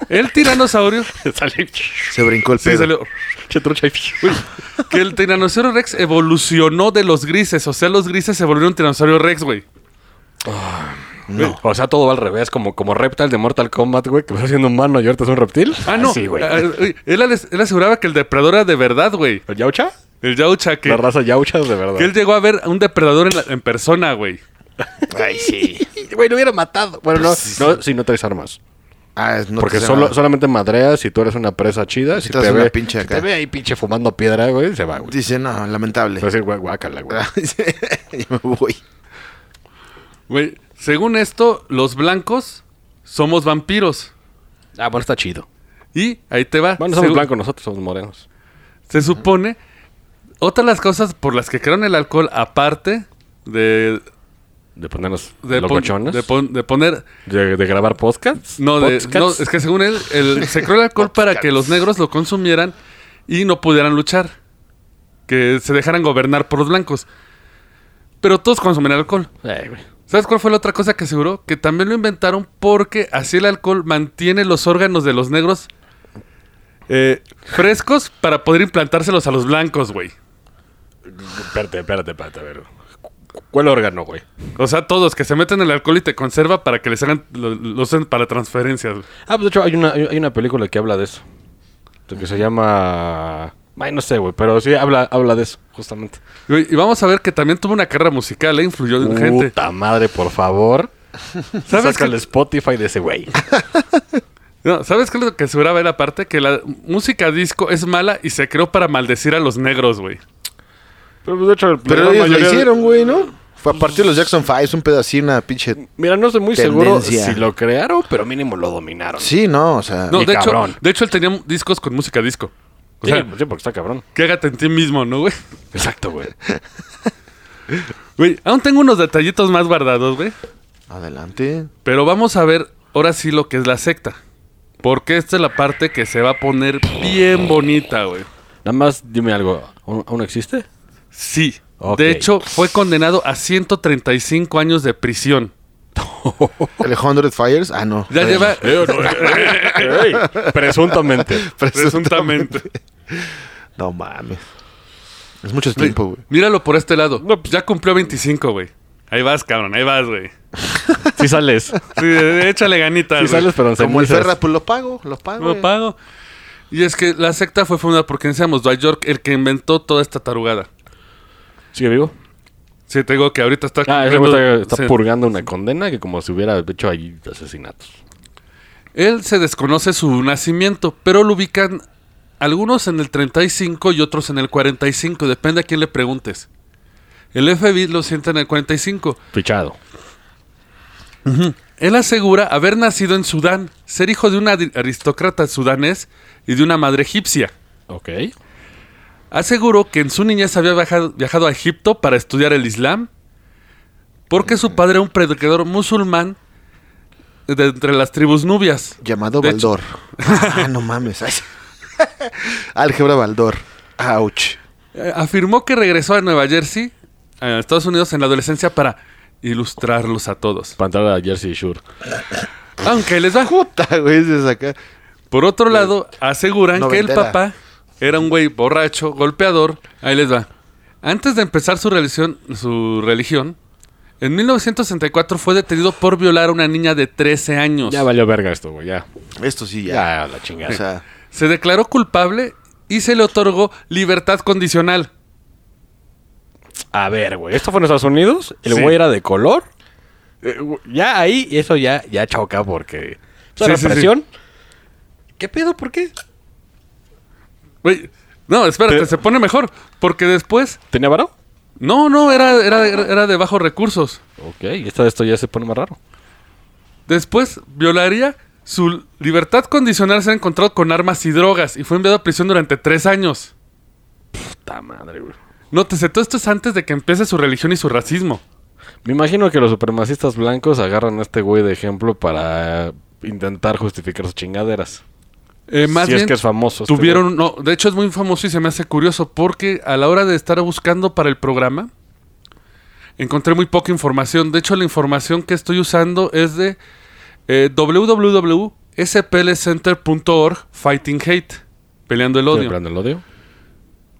S2: El tiranosaurio.
S4: Sale
S3: Se brincó el
S2: sí,
S3: pedo.
S2: salió.
S4: che trucha y-
S2: Uy, que el tiranosaurio Rex evolucionó de los grises. O sea, los grises se volvieron tiranosaurio Rex, güey.
S4: No. O sea, todo va al revés, como, como Reptile de Mortal Kombat, güey, que va siendo humano y ahorita es un reptil.
S2: Ah, no.
S4: Sí, güey.
S2: Ah, uy, él, ales- él aseguraba que el depredador era de verdad, güey.
S4: ¿El Yaucha?
S2: El Yaucha, que,
S4: La raza Yaucha, de verdad.
S2: que él llegó a ver a un depredador en, la- en persona, güey.
S3: Ay, sí.
S4: Güey, lo hubiera matado. Bueno,
S2: Pues
S4: no, no, sí, no traes armas.
S3: Ah, no
S4: Porque
S3: te-
S4: solo, solamente madreas si tú eres una presa chida. Si,
S3: traes
S4: te,
S3: una
S4: ve,
S3: pinche
S4: si
S3: acá.
S4: te ve ahí pinche fumando piedra, güey, se va, güey.
S3: Dice, no, lamentable. Ah,
S4: Va a decir, güey, guácala, güey.
S3: <laughs>
S2: Ah.
S3: Yo me voy.
S2: Güey, según esto, los blancos somos vampiros.
S4: Ah, bueno, está chido.
S2: Y ahí te va.
S4: Bueno, somos
S2: Segu-
S4: blancos nosotros, somos morenos.
S2: Se supone. Otra de las cosas por las que crearon el alcohol, aparte de.
S4: De ponernos
S2: De, pon-
S4: locochones.
S2: de
S4: De,
S2: pon- de poner.
S4: de grabar podcasts.
S2: No, de-
S4: podcasts.
S2: no, es que según él, el- se creó el alcohol para que los negros lo consumieran y no pudieran luchar. Que se dejaran gobernar por los blancos. Pero todos consumen alcohol.
S4: Eh, güey.
S2: ¿Sabes cuál fue la otra cosa que aseguró? Que también lo inventaron porque así el alcohol mantiene los órganos de los negros eh, frescos para poder implantárselos a los blancos, güey.
S4: Espérate, espérate, espérate, a ver. ¿Cu- ¿Cuál órgano, güey?
S2: O sea, todos que se meten el alcohol y te conserva para que les hagan, lo, lo usen para transferencias. güey.
S4: Ah, pues de hecho hay una, hay hay una película que habla de eso. De Que se llama... Ay, no sé, güey, pero sí habla, habla de eso, justamente.
S2: Güey, Y vamos a ver que también tuvo una carrera musical, ¿eh? influyó en gente.
S4: Puta madre, por favor.
S2: ¿Sabes
S4: ¿Sabes
S2: qué?
S4: el Spotify de ese güey.
S2: No, ¿Sabes qué es lo que aseguraba él aparte? Que la música disco es mala y se creó para maldecir a los negros, güey.
S4: <laughs> Pero pues, de hecho,
S3: Pero ellos lo hicieron, güey, ¿no? Fue a partir de los Jackson Fives, un pedacito, una pinche.
S4: Mira, no estoy muy
S3: Tendencia.
S4: seguro si lo crearon, pero mínimo lo dominaron.
S3: Sí, no, o sea.
S2: No,
S4: Y
S2: de hecho,
S4: cabrón.
S2: de hecho él tenía discos con música disco. O sea,
S4: sí, pues, sí, porque está cabrón.
S2: Cágate en ti mismo, ¿no, güey?
S4: Exacto, güey.
S2: Güey, aún tengo unos detallitos más guardados, güey.
S3: Adelante.
S2: Pero vamos a ver ahora sí lo que es la secta. Porque esta es la parte que se va a poner bien bonita, güey.
S4: <laughs> Nada más dime algo. ¿Aún, aún existe?
S2: Sí.
S4: Ok.
S2: De hecho, fue condenado a 135 años de prisión.
S3: El Hundred Fires. Ah, no.
S2: Ya lleva... eh,
S4: Eh,
S3: <laughs>
S4: Ey, presuntamente.
S2: Presuntamente.
S3: No mames. Es mucho tiempo, güey.
S2: Míralo por este lado. No, pues ya cumplió 25, güey. Ahí vas, cabrón. Ahí vas, güey.
S4: Si sales. <laughs>
S2: Sí, eh, échale ganitas,
S4: Si
S2: güey.
S4: sales, pero en
S3: Como el
S4: cenizas.
S3: Ferra, pues lo pago, lo pago.
S2: No
S3: güey.
S2: pago. Y es que la secta fue fundada por quien seamos, Dwight York, el que inventó toda esta tarugada.
S4: ¿Sigue vivo?
S2: Sí, te digo que ahorita está...
S4: Ah, ese güey
S2: cumpliendo-
S4: está, está
S2: se-
S4: purgando una condena que como si hubiera hecho ahí asesinatos.
S2: Él se desconoce su nacimiento, pero lo ubican algunos en el 35 y otros en el 45, depende a quién le preguntes. El FBI lo sienta en el 45.
S4: Fichado.
S2: Él asegura haber nacido en Sudán, ser hijo de un adi- aristócrata sudanés y de una madre egipcia.
S4: Ok.
S2: Aseguró que en su niñez había viajado, viajado a Egipto para estudiar el Islam, porque su padre era un predicador musulmán de entre las tribus nubias.
S3: Llamado
S2: De hecho-
S3: Baldor. Ah, no mames. Ay. <laughs> Álgebra Baldor. Ouch.
S2: Eh, afirmó que regresó a Nueva Jersey, a Estados Unidos, en la adolescencia para ilustrarlos a todos.
S4: Para entrar a Jersey Shore.
S2: Aunque les va.
S3: Puta, güey, se saca.
S2: Por otro lado, aseguran que el
S3: Noventera.
S2: papá era un güey borracho, golpeador. Ahí les va. Antes de empezar su religión, su religión en 1964 fue detenido por violar a una niña de 13 años.
S4: Ya valió verga esto, güey. Ya.
S3: Esto sí ya.
S4: Ya, la chingada.
S3: O sea,
S2: Se declaró culpable y se le otorgó libertad condicional.
S4: A ver, güey. Esto fue en Estados Unidos. El
S2: Sí.
S4: güey era de color. Eh, güey, ya ahí, eso ya, ya choca porque. O sea,
S2: Sí, sí, sí.
S4: represión. ¿Qué pedo? ¿Por qué?
S2: Güey, no, espérate,
S4: Pero-
S2: se pone mejor. Porque después
S4: ¿Tenía varo?
S2: No, no, era, era, era de bajos recursos.
S4: Ok, esto, esto ya se pone más raro.
S2: Después violaría su libertad condicional, ser encontrado con armas y drogas y fue enviado a prisión durante tres años.
S4: Puta madre, güey.
S2: Nótese, todo esto es antes de que empiece su religión y su racismo.
S4: Me imagino que los supremacistas blancos agarran a este güey de ejemplo para intentar justificar sus chingaderas.
S2: Eh, más
S4: si
S2: bien,
S4: es que es famoso. este
S2: tuvieron,
S4: güey.
S2: no, de hecho es muy famoso y se me hace curioso porque a la hora de estar buscando para el programa, encontré muy poca información. De hecho, la información que estoy usando es de eh, www.splcenter.org Fighting Hate, peleando el
S4: Sí,
S2: odio.
S4: hablando del odio.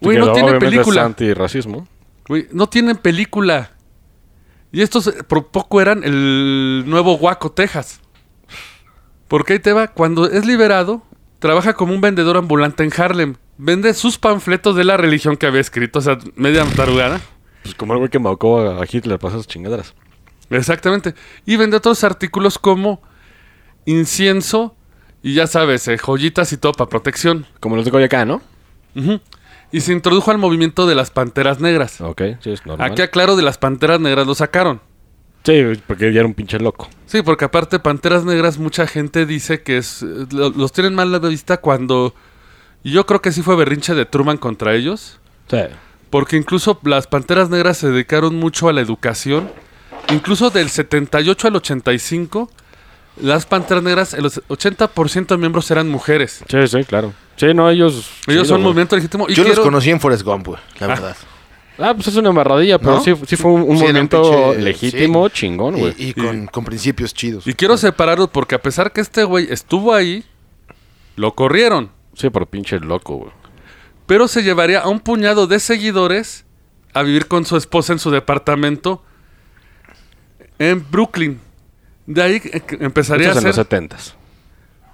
S2: Güey,
S4: Que
S2: no tiene
S4: obviamente Es
S2: película.
S4: antirracismo.
S2: Güey, no tienen película. Y estos eh, por poco eran el nuevo Waco, Texas. Porque ahí te va, cuando es liberado, trabaja como un vendedor ambulante en Harlem. Vende sus panfletos de la religión que había escrito, o sea, media tarugada.
S4: Pues como el güey que maucó a a Hitler para sus chingaderas.
S2: Exactamente. Y vende otros artículos como incienso y ya sabes, eh, joyitas y todo para protección.
S4: Como los de Coyacá, ¿no?
S2: Ujú. Y se introdujo al movimiento de las panteras negras.
S4: Ok, sí, es normal.
S2: Aquí aclaro de las panteras negras lo sacaron.
S4: Sí, porque ya era un pinche loco.
S2: Sí, porque aparte Panteras Negras mucha gente dice que es eh, lo- los tienen mal de vista cuando y yo creo que sí fue berrinche de Truman contra ellos,
S4: Sí.
S2: porque incluso las Panteras Negras se dedicaron mucho a la educación, incluso del 78 al 85 las Panteras Negras, el 80% de miembros eran mujeres.
S4: Sí, sí, claro. Sí, no, ellos.
S2: Ellos
S4: sí,
S2: son
S4: güey.
S2: movimiento legítimo. Y
S3: Yo los
S2: quiero-
S3: conocí en Forrest Gump, güey, la verdad.
S4: Ah, pues es una embarradilla, pero
S3: ¿No?
S4: sí, sí fue un, un
S3: Sí, era un
S4: movimiento
S3: pinche-
S4: legítimo,
S3: sí.
S4: chingón, güey.
S3: Y, y con, con principios chidos.
S2: Y quiero separarlos porque a pesar que este güey estuvo ahí, lo corrieron.
S4: Sí, por pinche loco, güey.
S2: pero se llevaría a un puñado de seguidores a vivir con su esposa en su departamento en Brooklyn. De ahí eh, que empezaría
S4: Estos
S2: a
S4: en los
S2: ser...
S4: 70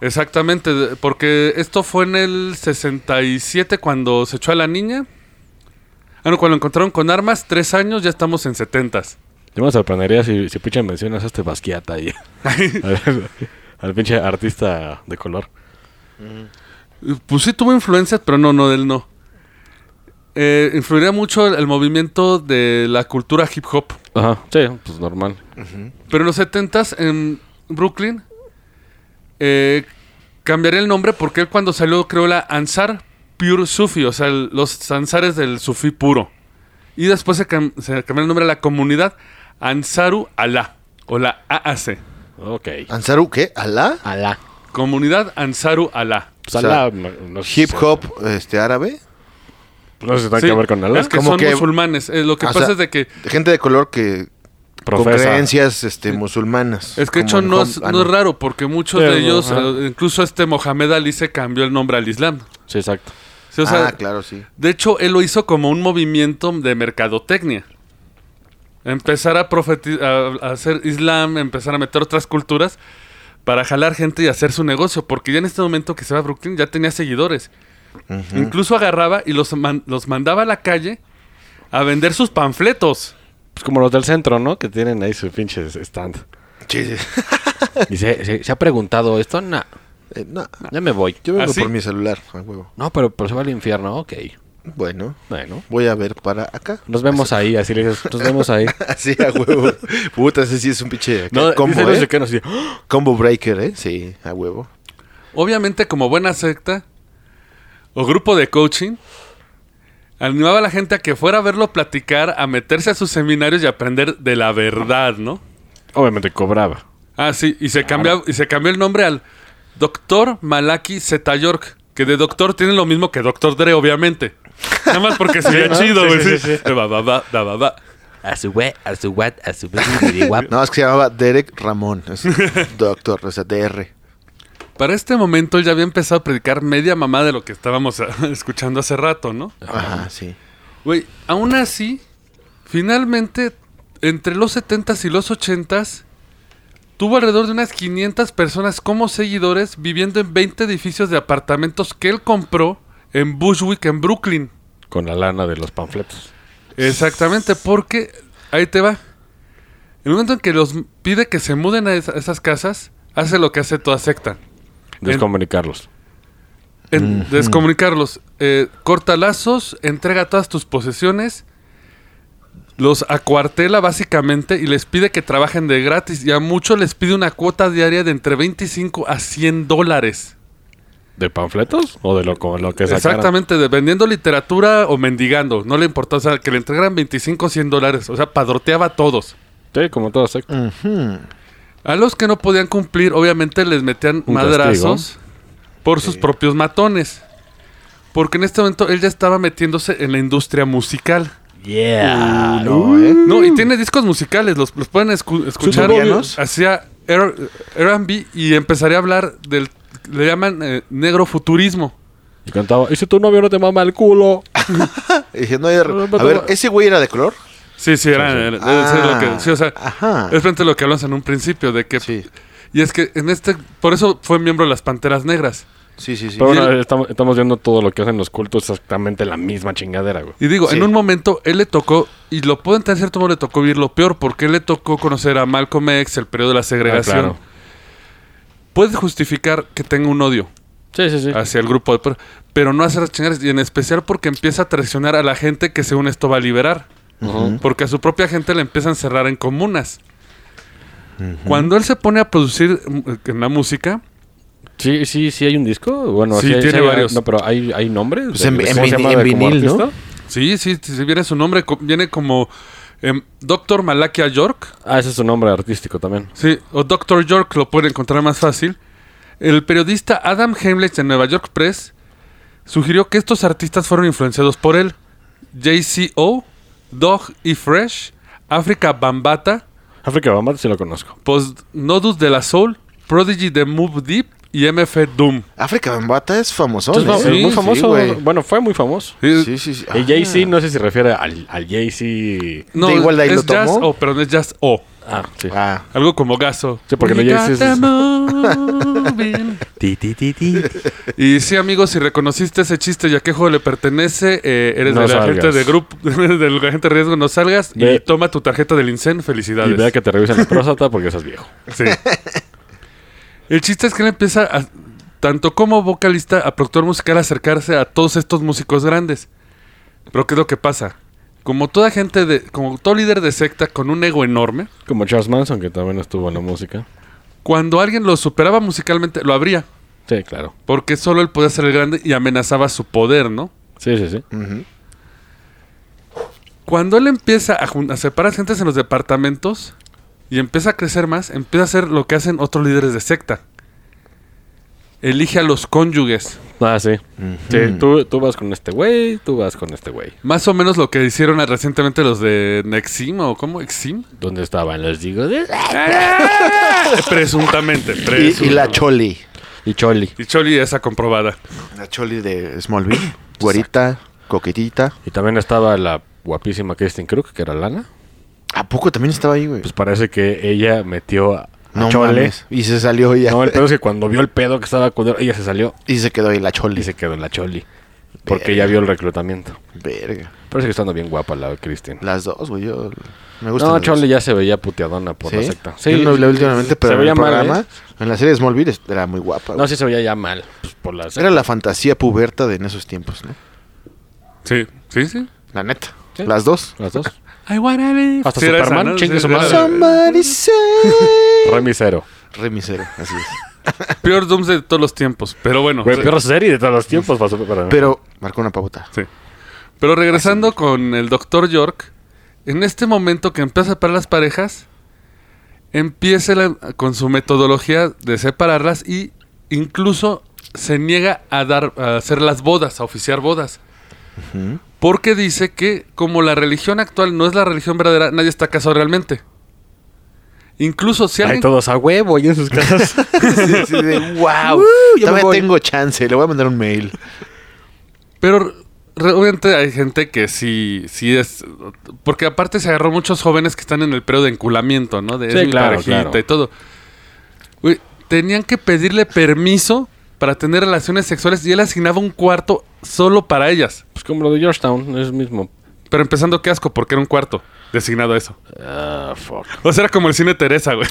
S2: Exactamente, de- porque esto fue en el 67 cuando se echó a la niña. Ah, no, cuando lo encontraron con armas, tres años, ya estamos en 70s.
S4: Yo me sorprendería si, si pinche mencionas a este
S2: <laughs>
S4: Basquiata ahí. <laughs> al, al pinche artista de color.
S2: Eh, Pues sí tuvo influencias, pero no, no, de él no. Eh, influiría mucho el- el movimiento de la cultura hip hop.
S4: Ajá, sí, pues normal.
S2: Pero en los 70 en Brooklyn eh, cambiaría el nombre porque él cuando salió creó la Ansar Pure Sufi, o sea, el- los Ansares del Sufi puro. Y después se, cam- se cambió el nombre a la comunidad Ansaru Alá, o la AAC.
S4: Ok.
S3: ¿Ansaru qué? ¿Alá?
S4: Alá.
S2: Comunidad Ansaru Alá.
S4: Pues
S3: O sea,
S4: Alá, no, no sé
S3: Hip
S4: si-
S3: hop este, árabe.
S4: No sé si tiene
S2: Sí,
S4: que ver con Alá.
S2: Es que
S3: Como
S2: son
S3: que-
S2: musulmanes. Eh, lo que
S3: O
S2: pasa
S3: sea,
S2: es de que
S3: Gente de color que. Con
S4: Profesa.
S3: creencias este, musulmanas.
S2: Es que de
S3: Como
S2: hecho
S3: en
S2: no
S3: Hom-
S2: es,
S3: ah,
S2: no es raro, porque muchos
S4: Pero,
S2: de ellos,
S4: ajá.
S2: eh, incluso este Mohamed Ali se cambió el nombre al Islam.
S4: Sí, exacto.
S2: Sí, o sea,
S3: ah, claro, sí.
S2: De hecho, él lo hizo como un movimiento de mercadotecnia. Empezar a, profeti- a- a hacer islam, empezar a meter otras culturas para jalar gente y hacer su negocio. Porque ya en este momento que se va a Brooklyn ya tenía seguidores. Incluso agarraba y los, man- los mandaba a la calle a vender sus panfletos.
S4: Pues como los del centro, ¿no? Que tienen ahí su pinche stand.
S3: Sí, sí.
S4: Y se, se- se ha preguntado esto. No,
S3: <laughs> Eh, no,
S4: ya me voy.
S3: yo vengo
S2: ¿Ah, sí?
S3: por mi celular, a huevo.
S4: No, pero, pero se va al infierno. Ok.
S3: Bueno,
S4: Bueno.
S3: voy a ver para acá.
S4: Nos vemos ahí, así le dices, nos vemos ahí.
S3: <laughs> Así, a huevo. Puta, ese sí es un pinche acá, combo, ¿eh? Combo breaker, ¿eh? Sí, a huevo.
S2: Obviamente, como buena secta o grupo de coaching, animaba a la gente a que fuera a verlo platicar, a meterse a sus seminarios y aprender de la verdad, ¿no?
S4: Obviamente cobraba.
S2: Ah, sí, y se, cambió, y se cambió el nombre al Doctor Malaki Zeta York. Que de doctor tiene lo mismo que Doctor Dre, obviamente. Nada más porque se ve chido, güey. sí. Eh, va, va, va, da, va, va.
S5: A su web, a su what, a su bri- guap.
S3: No, es que se llamaba Derek Ramón. <laughs> Es doctor, o sea, DR.
S2: Para este momento él ya había empezado a predicar media mamá de lo que estábamos ah, <laughs> escuchando hace rato, ¿no?
S3: Ajá, sí.
S2: Güey, aún así, finalmente, entre los 70s y los 80s, tuvo alrededor de unas 500 personas como seguidores viviendo en 20 edificios de apartamentos que él compró en Bushwick, en Brooklyn.
S4: Con la lana de los panfletos.
S2: Exactamente, porque ahí te va. En el momento en que los pide que se muden a esa- esas casas, hace lo que hace toda secta.
S4: Descomunicarlos.
S2: En Descomunicarlos. eh, corta lazos, entrega todas tus posesiones, los acuartela básicamente y les pide que trabajen de gratis. Y a muchos les pide una cuota diaria de entre 25 a 100 dólares.
S4: ¿De panfletos? ¿O de lo, con lo que sacaran?
S2: Exactamente, de vendiendo literatura o mendigando. No le importaba, o sea, que le entregaran 25 o 100 dólares. O sea, padroteaba a todos.
S4: Sí, como todo secta.
S2: A los que no podían cumplir, obviamente les metían
S4: Un
S2: madrazos por sus propios matones. Porque en este momento él ya estaba metiéndose en la industria musical.
S5: Yeah.
S3: No, ¿eh?
S2: No, y tiene discos musicales, los, los pueden escu- escuchar.
S3: ¿Colombianos?
S2: Hacía R- RB y empezaría a hablar del. Le llaman eh, negro futurismo.
S4: Y cantaba, ¿y si tu novio no te mama el culo?
S3: Y dije, ¿eh? no, ya- a ver, ¿ese güey era de color?
S2: Sí, sí, era. era- era-
S3: Ah,
S2: sí, lo que- sí, o sea,
S3: ajá.
S2: es frente a lo que hablamos en un principio, de que.
S3: Sí.
S2: Y es que en este. Por eso fue miembro de las panteras negras.
S3: Sí, sí, sí.
S4: Pero bueno,
S2: Y él-
S4: estamos, estamos viendo todo lo que hacen los cultos, exactamente la misma chingadera, güey.
S2: Y digo,
S3: Sí.
S2: en un momento él le tocó, y lo puedo entender, en cierto modo le tocó vivir lo peor, porque él le tocó conocer a Malcolm X, el periodo de la segregación.
S4: Ah, claro.
S2: Puedes justificar que tenga un odio
S4: Sí, sí, sí.
S2: hacia el grupo, de, per- pero no hacer las chingaderas, y en especial porque empieza a traicionar a la gente que según esto va a liberar. Porque a su propia gente le empiezan a encerrar en comunas. Cuando él se pone a producir mm, en la música,
S4: Sí, sí, sí hay un disco. Bueno,
S2: Sí,
S4: sí, hay-
S2: tiene
S4: hay-
S2: varios.
S4: No, pero hay, hay nombres.
S3: Pues
S4: de-
S3: en-
S4: de-
S3: en
S4: ¿cómo se
S3: vin-
S4: llama
S3: en
S4: de como
S3: vinil, ¿no?
S4: artista?
S2: sí, sí, si viene su nombre, co- viene como em, Dr. Malakia York.
S4: Ah, ese es su nombre artístico también.
S2: Sí, o Dr. York lo puede encontrar más fácil. El periodista Adam Heimlich de Nueva York Press sugirió que estos artistas fueron influenciados por él. JCO, Dog y E. Fresh, África Bambata,
S4: África Bambata sí lo conozco.
S2: Postnodus de la Soul, Prodigy de Move Deep y MF Doom.
S3: África Bambata es famoso. Pues,
S4: Entonces,
S2: sí,
S4: es muy
S2: sí,
S4: famoso.
S3: güey.
S4: bueno, fue muy famoso.
S2: Sí,
S3: Sí, sí, Ah. sí.
S4: Y Jay-Z, no sé si se refiere al, al Jay-Z.
S2: No,
S3: De igual de ahí
S2: es
S3: lo tomó.
S2: Jazz O, perdón, es Jazz O.
S4: Ah, sí.
S3: Ah,
S2: Algo como gaso.
S4: Sí, porque lo
S2: We
S4: ya dices-
S2: got them moving.
S5: Ti, ti, ti, ti.
S2: Y sí, amigos, si reconociste ese chiste y a qué juego le pertenece, eh, eres
S4: No
S2: de la
S4: salgas.
S2: gente de grupo, <laughs> del agente de riesgo, no salgas y
S4: Ve.
S2: toma tu tarjeta del INSEN,
S4: Y vea
S2: felicidades.
S4: que te
S2: <laughs>
S4: revisan la próstata porque seas viejo.
S2: Sí. El chiste es que él empieza, a- tanto como vocalista, a productor musical, a acercarse a todos estos músicos grandes. Pero ¿qué es lo que pasa? Como toda gente, de, como todo líder de secta con un ego enorme,
S4: Como Charles Manson, que también estuvo en la música.
S2: cuando alguien lo superaba musicalmente, lo abría.
S4: Sí, claro.
S2: Porque solo él podía ser el grande y amenazaba su poder, ¿no?
S4: Sí, sí, sí.
S3: ujú.
S2: Cuando él empieza a, jun- a separar gentes en los departamentos y empieza a crecer más, empieza a hacer lo que hacen otros líderes de secta. Elige a los cónyuges.
S4: Ah, sí. Sí, tú, tú vas con este güey, tú vas con este güey.
S2: Más o menos lo que hicieron recientemente los de Nexim o ¿cómo? ¿Exim?
S4: ¿Dónde estaban los digos?
S2: presuntamente. presuntamente.
S3: Y, y la Choli.
S4: Y Choli.
S2: Y Choli esa comprobada.
S3: La Choli de Smallville. Güerita, coquetita.
S4: Y también estaba la guapísima Kristen Crook, que era Lana.
S3: ¿A poco también estaba ahí, güey?
S4: Pues parece que ella metió a, a
S3: no
S4: Chole.
S3: mames. Y se salió ya.
S4: No, el pedo es que cuando vio el pedo que estaba con ella se salió
S3: <laughs> Y se quedó ahí la
S4: y
S3: Choli.
S4: se quedó en la Choli. Porque ella vio el reclutamiento.
S3: Verga.
S4: Parece que estando bien guapa la Kristen.
S3: Las dos, güey. Yo... Me gusta.
S4: No, Chole ya se veía puteadona por la secta.
S3: Sí, yo no la vi últimamente, pero
S4: se
S3: en el
S4: veía mal,
S3: programa,
S4: ¿eh?
S3: en la serie de Smallville es- era muy guapa.
S4: No,
S3: güey.
S4: sí se veía ya mal. pues, por la secta.
S3: Era la fantasía puberta de en esos tiempos, ¿no?
S2: Sí, sí, sí.
S3: La neta.
S4: Sí.
S3: Las dos.
S4: Las
S2: <laughs>
S4: dos.
S2: I wanna live.
S4: Hasta
S2: Sí, era
S4: Superman,
S2: esa, ¿no?
S4: chingue
S2: Sí,
S4: su
S2: era-
S4: madre.
S3: Somebody say-
S4: Remy Cero.
S3: <laughs> Re misero, así es.
S2: Peor Dooms de todos los tiempos. Pero bueno.
S4: Güey,
S2: sí.
S4: peor serie de todos los tiempos. pasó para mí.
S3: Pero marcó una pauta.
S2: Sí. Pero regresando con el doctor York, en este momento que empieza a separar las parejas, empieza la- con su metodología de separarlas y incluso se niega a dar a hacer las bodas, a oficiar bodas. Porque dice que como la religión actual no es la religión verdadera, nadie está casado realmente. Incluso si
S4: Hay
S2: alguien...
S4: todos a huevo y en sus casas.
S3: Sí, sí, de, wow.
S4: ya me
S3: Todavía
S4: voy.
S3: tengo chance. Le voy a mandar un mail.
S2: Pero re- obviamente hay gente que sí, sí es. Porque aparte se agarró muchos jóvenes que están en el periodo de enculamiento, ¿no? De
S4: Sí,
S2: es mi
S4: claro,
S2: parejita
S4: claro.
S2: y todo. Güey, tenían que pedirle permiso para tener relaciones sexuales y él asignaba un cuarto solo para ellas.
S4: pues como lo de Georgetown, es mismo.
S2: Pero empezando, qué asco, porque era un cuarto designado a eso.
S4: Ah, fuck.
S2: O sea, era como el cine Teresa, güey.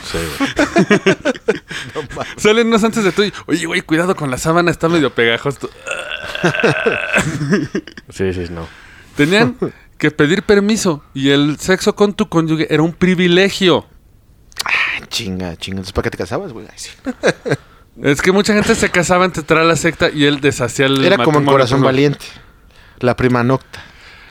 S2: <laughs> Salen unos antes de tú y, oye, güey, cuidado con la sábana, está medio pegajoso.
S4: Sí, sí, no. <laughs>
S2: Tenían que pedir permiso y el sexo con tu cónyuge era un privilegio.
S3: Ah, chinga, chinga. Entonces, ¿para qué te casabas, güey? Ay, sí.
S2: Es que mucha gente se casaba antes de entrar a la secta y él deshacía el
S3: Era como en
S2: matrimonio.
S3: Corazón Valiente. La prima nocta.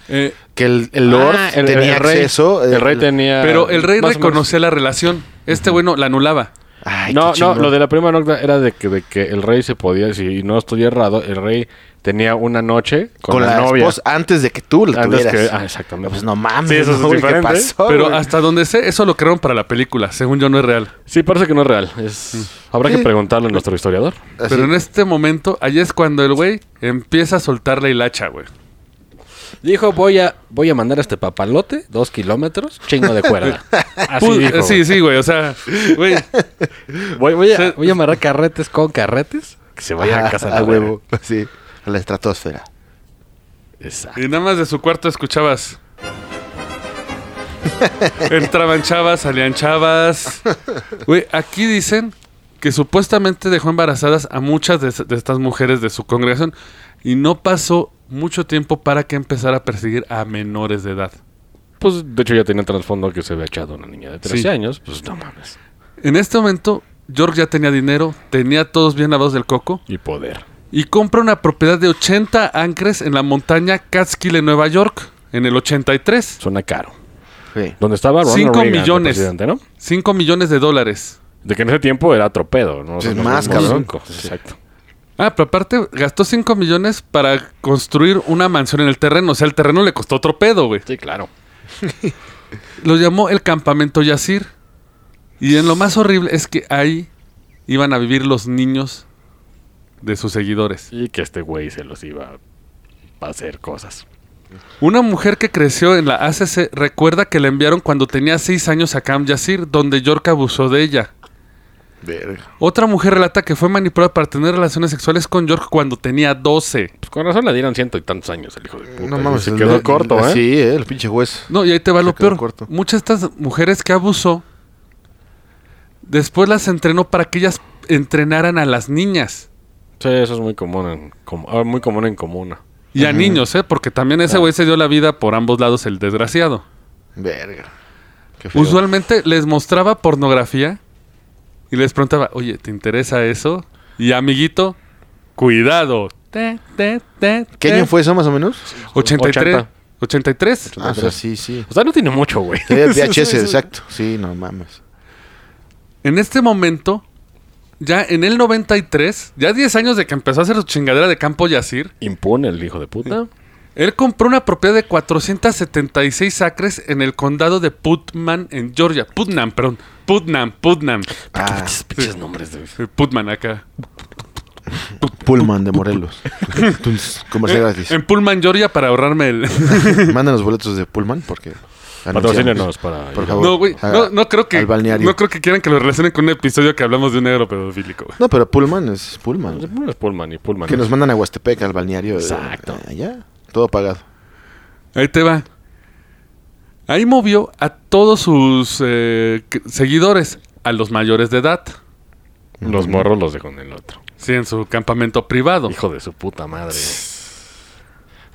S2: Eh,
S3: Que el, el Lord
S4: Ah,
S3: tenía
S4: rey.
S3: acceso.
S4: El, rey tenía.
S2: pero el rey
S4: ah, más o menos.
S2: reconocía la relación. Este bueno la anulaba.
S3: Ay,
S4: No,
S3: qué
S4: no,
S3: chingón.
S4: lo de la prima nocta era de que, de que el rey se podía, si no estoy errado, el rey tenía una noche con,
S3: con
S4: la,
S3: la,
S4: novia.
S3: esposa antes de que tú la
S4: Antes
S3: tuvieras.
S4: que- ah, exactamente.
S3: Pues no mames.
S4: Sí, eso es
S3: ¿no, güey? ¿Qué
S4: diferente,
S3: pasó?
S2: pero
S3: Oh, güey?
S2: hasta donde sé, eso lo crearon para la película. Según yo, no es real.
S4: Sí, parece que no es real. Es- Habrá que preguntarle a nuestro historiador.
S3: Así.
S2: Pero en este momento, ahí es cuando el güey empieza a soltar la hilacha, güey.
S4: Dijo, voy a, voy a mandar a este papalote dos kilómetros, chingo de cuerda. <laughs> Así
S2: Pu-
S4: dijo,
S2: eh,
S4: güey.
S2: sí, sí, güey. O sea, güey.
S3: <laughs>
S4: Voy, voy
S2: Sí.
S4: a, voy a amarrar carretes con carretes. Que se vaya
S3: Ajá,
S4: a casa
S3: a huevo. Sí, a la estratosfera.
S4: Exacto.
S2: Y nada más de su cuarto escuchabas. Entraban chavas, salían chavas. Güey, aquí dicen que supuestamente dejó embarazadas a muchas de, de estas mujeres de su congregación y no pasó mucho tiempo para que empezara a perseguir a menores de edad.
S4: Pues de hecho ya tenía trasfondo que se había echado una niña de 13
S2: Sí.
S4: años. Pues no mames.
S2: En este momento, George ya tenía dinero, tenía a todos bien lavados del coco
S4: Y poder.
S2: y compra una propiedad de 80 ancres en la montaña Catskill en Nueva York en el 83.
S4: Suena caro.
S3: Sí.
S4: Donde estaba Ronald
S2: 5
S4: Reagan, de
S2: millones.
S4: presidente, ¿no?
S2: 5 millones de dólares.
S4: De que en ese tiempo era tropedo, ¿no?
S3: Sí,
S4: no,
S3: más,
S4: no,
S3: cabrón.
S4: cinco, Exacto.
S2: Ah, pero aparte gastó 5 millones para construir una mansión en el terreno. O sea, el terreno le costó otro pedo, güey.
S4: Sí, claro.
S2: Lo llamó el campamento Yacir. Y en lo más horrible es que ahí iban a vivir los niños de sus seguidores.
S4: Y que este güey se los iba a hacer cosas.
S2: Una mujer que creció en la ACC recuerda que la enviaron cuando tenía 6 años a Camp Yacir, donde York abusó de ella.
S3: Verga.
S2: Otra mujer relata que fue manipulada para tener relaciones sexuales con York cuando tenía 12.
S4: Pues con razón le dieron ciento y tantos años el hijo de puta.
S3: No mames.
S4: se
S3: el-
S4: quedó
S3: el-
S4: corto, ¿eh?
S3: Sí, eh, el pinche juez.
S2: No, y ahí te va
S3: Se
S2: lo
S3: quedó
S2: peor.
S3: corto.
S2: Muchas de estas mujeres que abusó, después las entrenó para que ellas entrenaran a las niñas.
S4: Sí, eso es muy común en, com- ah, muy común en comuna.
S2: Y a niños, ¿eh? Porque también ese güey se dio la vida por ambos lados, el desgraciado.
S3: Verga. Qué feo.
S2: Usualmente les mostraba pornografía y les preguntaba, oye, ¿te interesa eso? Y amiguito, cuidado. Te, te, te,
S3: ¿Qué
S2: te.
S3: año fue eso más o menos?
S2: 83.
S4: 80.
S2: 83.
S3: Ah, o sea, sí, sí. Eh,
S4: O sea, no tiene mucho, güey.
S3: <laughs> Sí, VHS, exacto. Sí, no <laughs> mames.
S2: En este momento, ya en el 93, ya 10 años de que empezó a hacer su chingadera de campo Yacir,
S4: <laughs> Impone el hijo de puta.
S2: él compró una propiedad de 476 acres en el condado de Putman, en Georgia. Putnam, perdón. Putnam, Putnam.
S3: Ah,
S4: Esos pinches nombres de...
S2: Eh, Putman acá.
S3: Pullman de <laughs> Morelos. Entonces, Comercial gratis.
S2: En Pullman, Georgia, para ahorrarme el...
S3: Mándanos boletos de Pullman porque.
S4: Patrocínenos para...
S3: Por favor.
S2: <laughs> No, güey.
S3: Ah,
S2: No, no creo que...
S3: al balneario.
S2: No creo que quieran que lo relacionen con un episodio que hablamos de un negro pedofílico, güey.
S3: No, pero Pullman es Pullman. güey.
S4: Es Pullman y Pullman.
S3: Que
S4: es-
S3: nos mandan a Huastepec, al balneario. de-
S4: Exacto.
S3: Allá. Todo pagado.
S2: Ahí te va. Ahí movió a todos sus eh, que- seguidores, a los mayores de edad.
S4: Los morros los dejó en el otro.
S2: Sí, en su campamento privado.
S4: Hijo de su puta madre.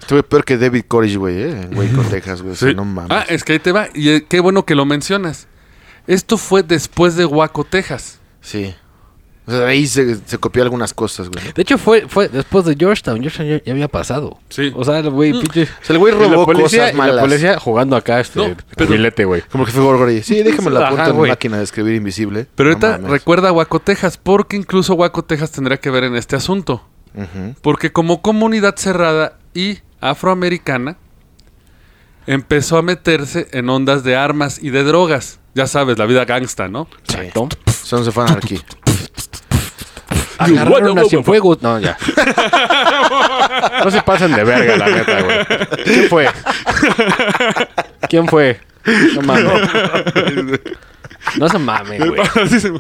S3: Estuve peor que David Corish, güey, ¿eh? En Güey, con Texas, güey. O sea,
S2: Sí.
S3: No mames.
S2: Ah, es que ahí te va. Y eh, qué bueno que lo mencionas. Esto fue después de Waco, Texas.
S3: Sí. O sea, de ahí se, se copió algunas cosas, güey.
S5: De hecho, fue, fue después de Georgetown. Georgetown ya, ya había pasado.
S2: Sí.
S5: O sea, el güey, pinche.
S3: O sea, el güey
S4: Y la
S3: robó
S4: policía,
S3: cosas
S4: y la
S3: malas.
S4: policía jugando acá este
S2: No, pero-
S4: billete, güey.
S3: Como que fue Gorgory. Sí, déjame la
S4: Ajá,
S3: apunto en la
S4: güey.
S3: máquina de escribir invisible.
S2: Pero
S3: No
S2: ahorita
S3: mames.
S2: recuerda a Waco, Texas, porque incluso Waco, Texas tendría que ver en este asunto.
S3: Ujú.
S2: Porque como comunidad cerrada y afroamericana, empezó a meterse en ondas de armas y de drogas. Ya sabes, la vida gangsta,
S3: <laughs>
S2: ¿no?
S4: Exacto.
S3: Sons of Anarchy.
S4: Agarraron a
S5: Bueno,
S4: Cienfuegos. No, ya. no se pasen de verga, la neta, güey. ¿Quién fue? ¿Quién fue? No mames.
S5: No se mamen, güey.
S2: Así se- eh,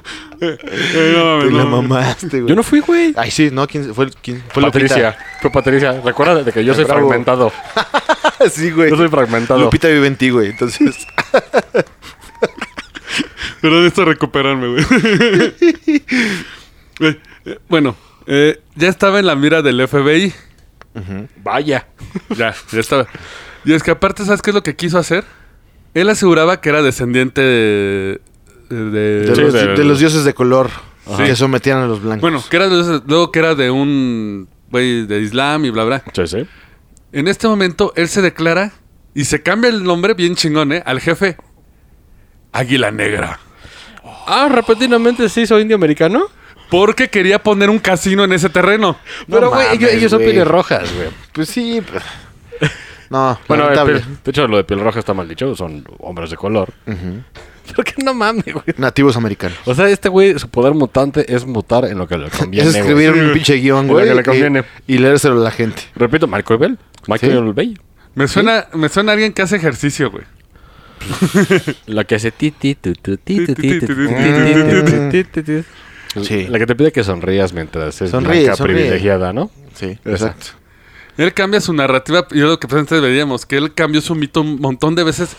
S2: eh, no mames,
S3: Tú la
S2: no mames.
S3: mamaste, güey.
S4: Yo no fui, güey.
S3: Ay, sí, ¿no? ¿Quién fue? el- ¿Quién? Fue
S4: Patricia. Fue Patricia. Recuerda de que yo soy
S3: Bravo.
S4: fragmentado.
S3: Lupita. <laughs> sí, güey.
S4: Yo soy fragmentado.
S3: Lupita vive en ti, güey. Entonces,
S2: Pero necesito recuperarme,
S3: <laughs>
S2: güey. <laughs> Eh, eh, bueno, eh, ya estaba en la mira del FBI.
S4: <laughs> Vaya.
S2: Ya, ya estaba. <laughs> Y es que aparte, ¿sabes qué es lo que quiso hacer? Él aseguraba que era descendiente de... de-
S3: de,
S4: Sí,
S3: los,
S4: de-
S3: de los dioses de color
S2: Ajá.
S3: que sometían a los blancos.
S2: Bueno, que era de- luego que era de un güey de Islam y bla, bla.
S4: Sí, sí.
S2: En este momento, él se declara y se cambia el nombre bien chingón, ¿eh? Al jefe Águila Negra.
S4: Ah, repentinamente se hizo indio americano.
S2: Porque quería poner un casino en ese terreno.
S3: No
S4: Pero, güey, ellos,
S3: mames,
S4: ellos son
S3: güey.
S4: pieles rojas, güey.
S3: Pues sí. pero-
S4: <laughs>
S3: No,
S4: Bueno, eh,
S3: lamentable.
S4: piel- de hecho, lo de piel roja está mal dicho. Son hombres de color.
S5: ¿Por qué no mames, güey?
S3: Nativos americanos.
S4: O sea, este güey, su poder mutante es mutar en lo que le conviene.
S3: es escribir
S4: güey.
S3: un pinche guión,
S4: En lo
S3: güey.
S4: que le
S3: y-
S4: conviene.
S3: Y, leérselo a la gente.
S4: Repito, Michael Bell. Michael Bell.
S2: Me suena, me suena a alguien que hace ejercicio, güey.
S4: La que hace ti, ti, tu, tu, ti, tu, ti, tu, ti, ti, tu, ti, tu.
S3: Sí.
S4: La que te pide que sonrías mientras es
S3: Sonríe,
S4: blanca
S3: sonríe.
S4: privilegiada, ¿no?
S3: Sí,
S4: Exacto.
S3: exacto.
S2: Él cambia su narrativa, y es lo que pues, antes veíamos, que él cambió su mito un montón de veces,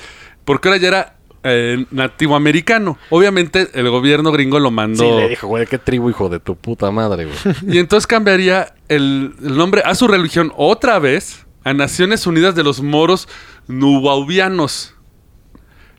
S2: porque ahora ya era eh, nativo americano. Obviamente el gobierno gringo lo mandó.
S4: Sí, le dijo, güey, qué tribu, hijo de tu puta madre,
S3: <laughs>
S4: güey.
S2: Y entonces cambiaría el, el nombre a su religión otra vez a Naciones Unidas de los Moros Nubavianos.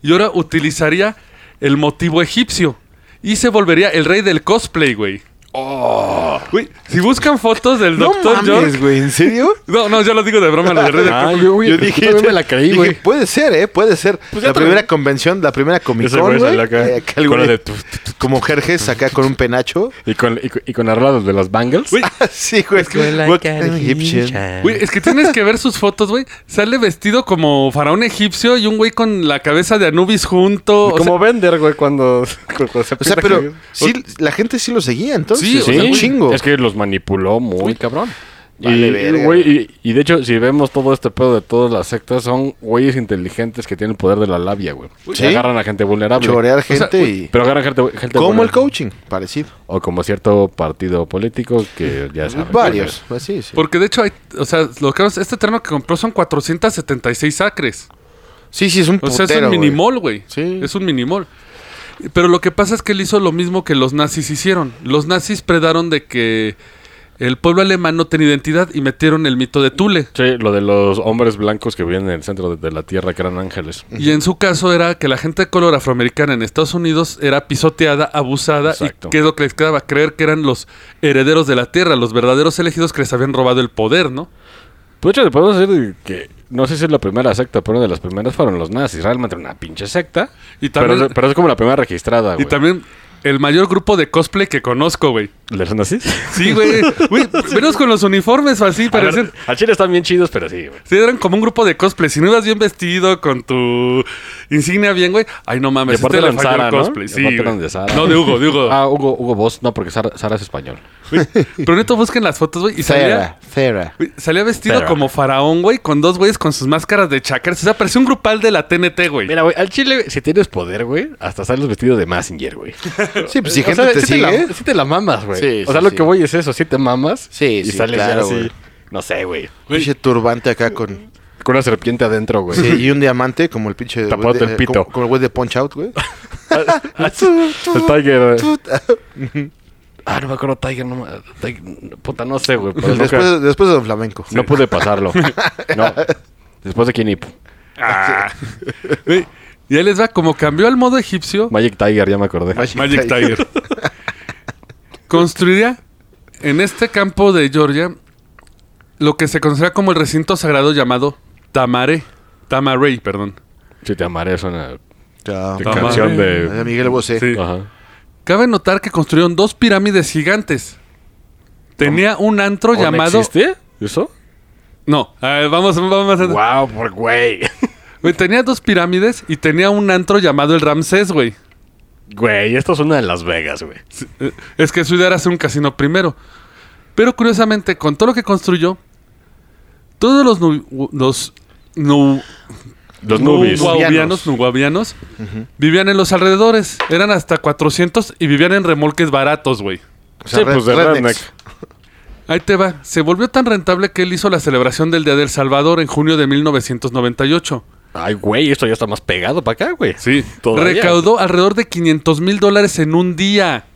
S2: Y ahora utilizaría el motivo egipcio. y se volvería el rey del cosplay, güey.
S4: Oh.
S2: Güey, si buscan fotos del
S3: No
S2: Dr.
S3: mames,
S2: York.
S3: güey, ¿en serio?
S2: No, no, yo lo digo de broma, lo del rey del
S4: Ah,
S2: cosplay.
S4: <laughs> yo, güey,
S3: Yo dije,
S4: también me la creí,
S3: dije,
S4: güey.
S3: Puede ser, ¿eh? Puede ser.
S2: Pues
S3: la primera convención, la primera Comic
S4: Ese
S3: Con,
S4: güey
S3: güey.
S4: salió acá
S3: eh, aquel
S4: con la
S3: güey
S4: de tuf, tuf,
S3: <laughs> Como Jerjes acá con un penacho. Ah,
S4: y con, y, con- y con arreglados de las
S3: <laughs>
S4: bangles.
S2: Güey,
S3: sí, güey. Es
S2: Güey, es que tienes que ver sus fotos, güey. Sale vestido como faraón egipcio y un güey con la cabeza de Anubis junto. o sea,
S5: Como Bender, güey, cuando, <laughs> cuando se
S3: O sea,
S5: pinta
S3: pero
S5: que-
S3: sí, la gente sí lo seguía entonces.
S2: Sí,
S3: o sea,
S2: sí.
S3: un chingo.
S4: Es que los manipuló muy.
S5: Muy cabrón.
S3: Vale,
S4: y,
S3: verga,
S4: güey, y- y de hecho, si vemos todo este pedo de todas las sectas, son güeyes inteligentes que tienen el poder de la labia, güey.
S3: Sí.
S4: Se agarran a gente vulnerable.
S3: Chorear gente y...
S4: Pero agarran gente, gente
S3: Como el
S4: vulnerable.
S3: coaching, parecido.
S4: O como cierto partido político que ya saben.
S3: Varios. Pues sí, sí.
S2: Porque de hecho, hay, o sea, lo que este terreno que compró son 476 acres.
S3: sí, sí, es un
S2: O
S3: putero,
S2: sea, es un
S3: güey.
S2: minimol, güey.
S3: Sí.
S2: Es un minimol. Pero lo que pasa es que él hizo lo mismo que los nazis hicieron. Los nazis predaron de que el pueblo alemán no tenía identidad y metieron el mito de Tule.
S4: Sí, lo de los hombres blancos que vivían en el centro de, de la tierra, que eran ángeles.
S2: Y en su caso era que la gente de color afroamericana en Estados Unidos era pisoteada, abusada
S4: Exacto.
S2: y qué es lo que les quedaba creer que eran los herederos de la tierra, los verdaderos elegidos que les habían robado el poder, ¿no?
S4: Pues de hecho, podemos decir que no sé si es la primera secta, pero una de las primeras fueron los nazis. Realmente era una pinche secta.
S2: Y también-
S4: pero, pero es como la primera registrada, güey.
S2: Y también el mayor grupo de cosplay que conozco, güey.
S4: ¿De los <laughs> nazis?
S2: Sí, güey. Güey, venos con los uniformes o así,
S4: A ver,
S2: parecen.
S4: Al chile están bien chidos, pero sí, güey.
S2: Sí, eran como un grupo de cosplay. Si no ibas bien vestido, con tu insignia bien, güey. Ay, no
S4: Y
S2: mames,
S4: aparte
S2: este le
S4: eran
S2: falló
S4: Zara,
S2: el
S4: ¿no?
S2: cosplay.
S4: Y
S2: Sí,
S4: aparte
S2: güey.
S4: eran de Zara.
S2: No, de Hugo, de Hugo.
S4: Ah, Hugo, Hugo Boss, no, porque Sara, Sara es español.
S2: Pero neta, busquen las fotos, güey. Y salía,
S3: Cera, cera.
S2: güey, salía vestido
S4: Pero-
S2: como faraón, güey, con dos güeyes con sus máscaras de chakras. O sea, parecía un grupal de la TNT, güey.
S4: Mira, güey, al chile, si tienes poder, güey, hasta sales vestido de Massinger, <laughs> güey.
S3: Sí, pues si
S4: O
S3: gente
S4: sea,
S3: te
S4: sí la-
S3: sigue...
S4: sí te la mamas, güey.
S3: Sí,
S4: o sea,
S3: sí,
S4: lo
S3: sí.
S4: que voy es eso, sí te mamas.
S3: Sí,
S4: y
S3: sí,
S4: sales ya
S3: claro,
S4: así,
S3: güey.
S4: No sé, güey.
S3: Pinche turbante acá con...
S4: Con una serpiente adentro, güey.
S3: Sí, y un diamante como el pinche... güey
S4: Tapándote
S3: de- eh,
S4: el pito.
S3: Como, como el güey de Punch Out,
S4: <laughs>
S3: güey.
S4: el Tiger. Ah, no me acuerdo Tiger, no me... Tiger- Puta, no sé, güey. pero
S3: El
S4: Pues nunca-
S3: después, después de Don Flamenco.
S4: No
S2: <laughs>
S4: pude pasarlo. no. Después de Kinip.
S2: Ah. <laughs> Güey, Y ahí les va, como cambió al modo egipcio,
S4: Magic Tiger, ya me acordé.
S2: Magic Tiger. <laughs> Construiría en este campo de Georgia lo que se considera como el recinto sagrado llamado Tamare. Tamarey, perdón.
S4: Si te amaré, suena.
S3: Ya,
S4: De
S3: madre.
S4: canción de-
S3: De Miguel eh. Bosé.
S2: Sí.
S4: Ajá.
S2: Cabe notar que construyeron dos pirámides gigantes. Tenía un antro
S4: ¿O no
S2: llamado.
S4: ¿Existe? ¿Eso?
S2: No, a ver, vamos, vamos a-
S4: Wow, por güey. <laughs>
S2: Güey, Tenía dos pirámides y tenía un antro llamado el Ramsés, güey.
S4: Güey, esto suena en Las Vegas, güey.
S2: Eh, Es que su idea era hacer un casino primero. Pero curiosamente, con todo lo que construyó, todos los, nu- los nu-
S4: Los nubis.
S2: nuguavianos,
S3: Nubianos.
S2: nuguavianos, vivían en los alrededores. Eran hasta 400 y vivían en remolques baratos, güey.
S3: O
S4: Sí, pues de
S3: rednecks.
S4: redneck.
S2: Ahí te va. Se volvió tan rentable que él hizo la celebración del Día del Salvador en junio de 1998.
S4: Ay, güey, esto ya está más pegado para acá, güey.
S2: Sí,
S4: todavía.
S2: Recaudó alrededor de 500 mil dólares en un día.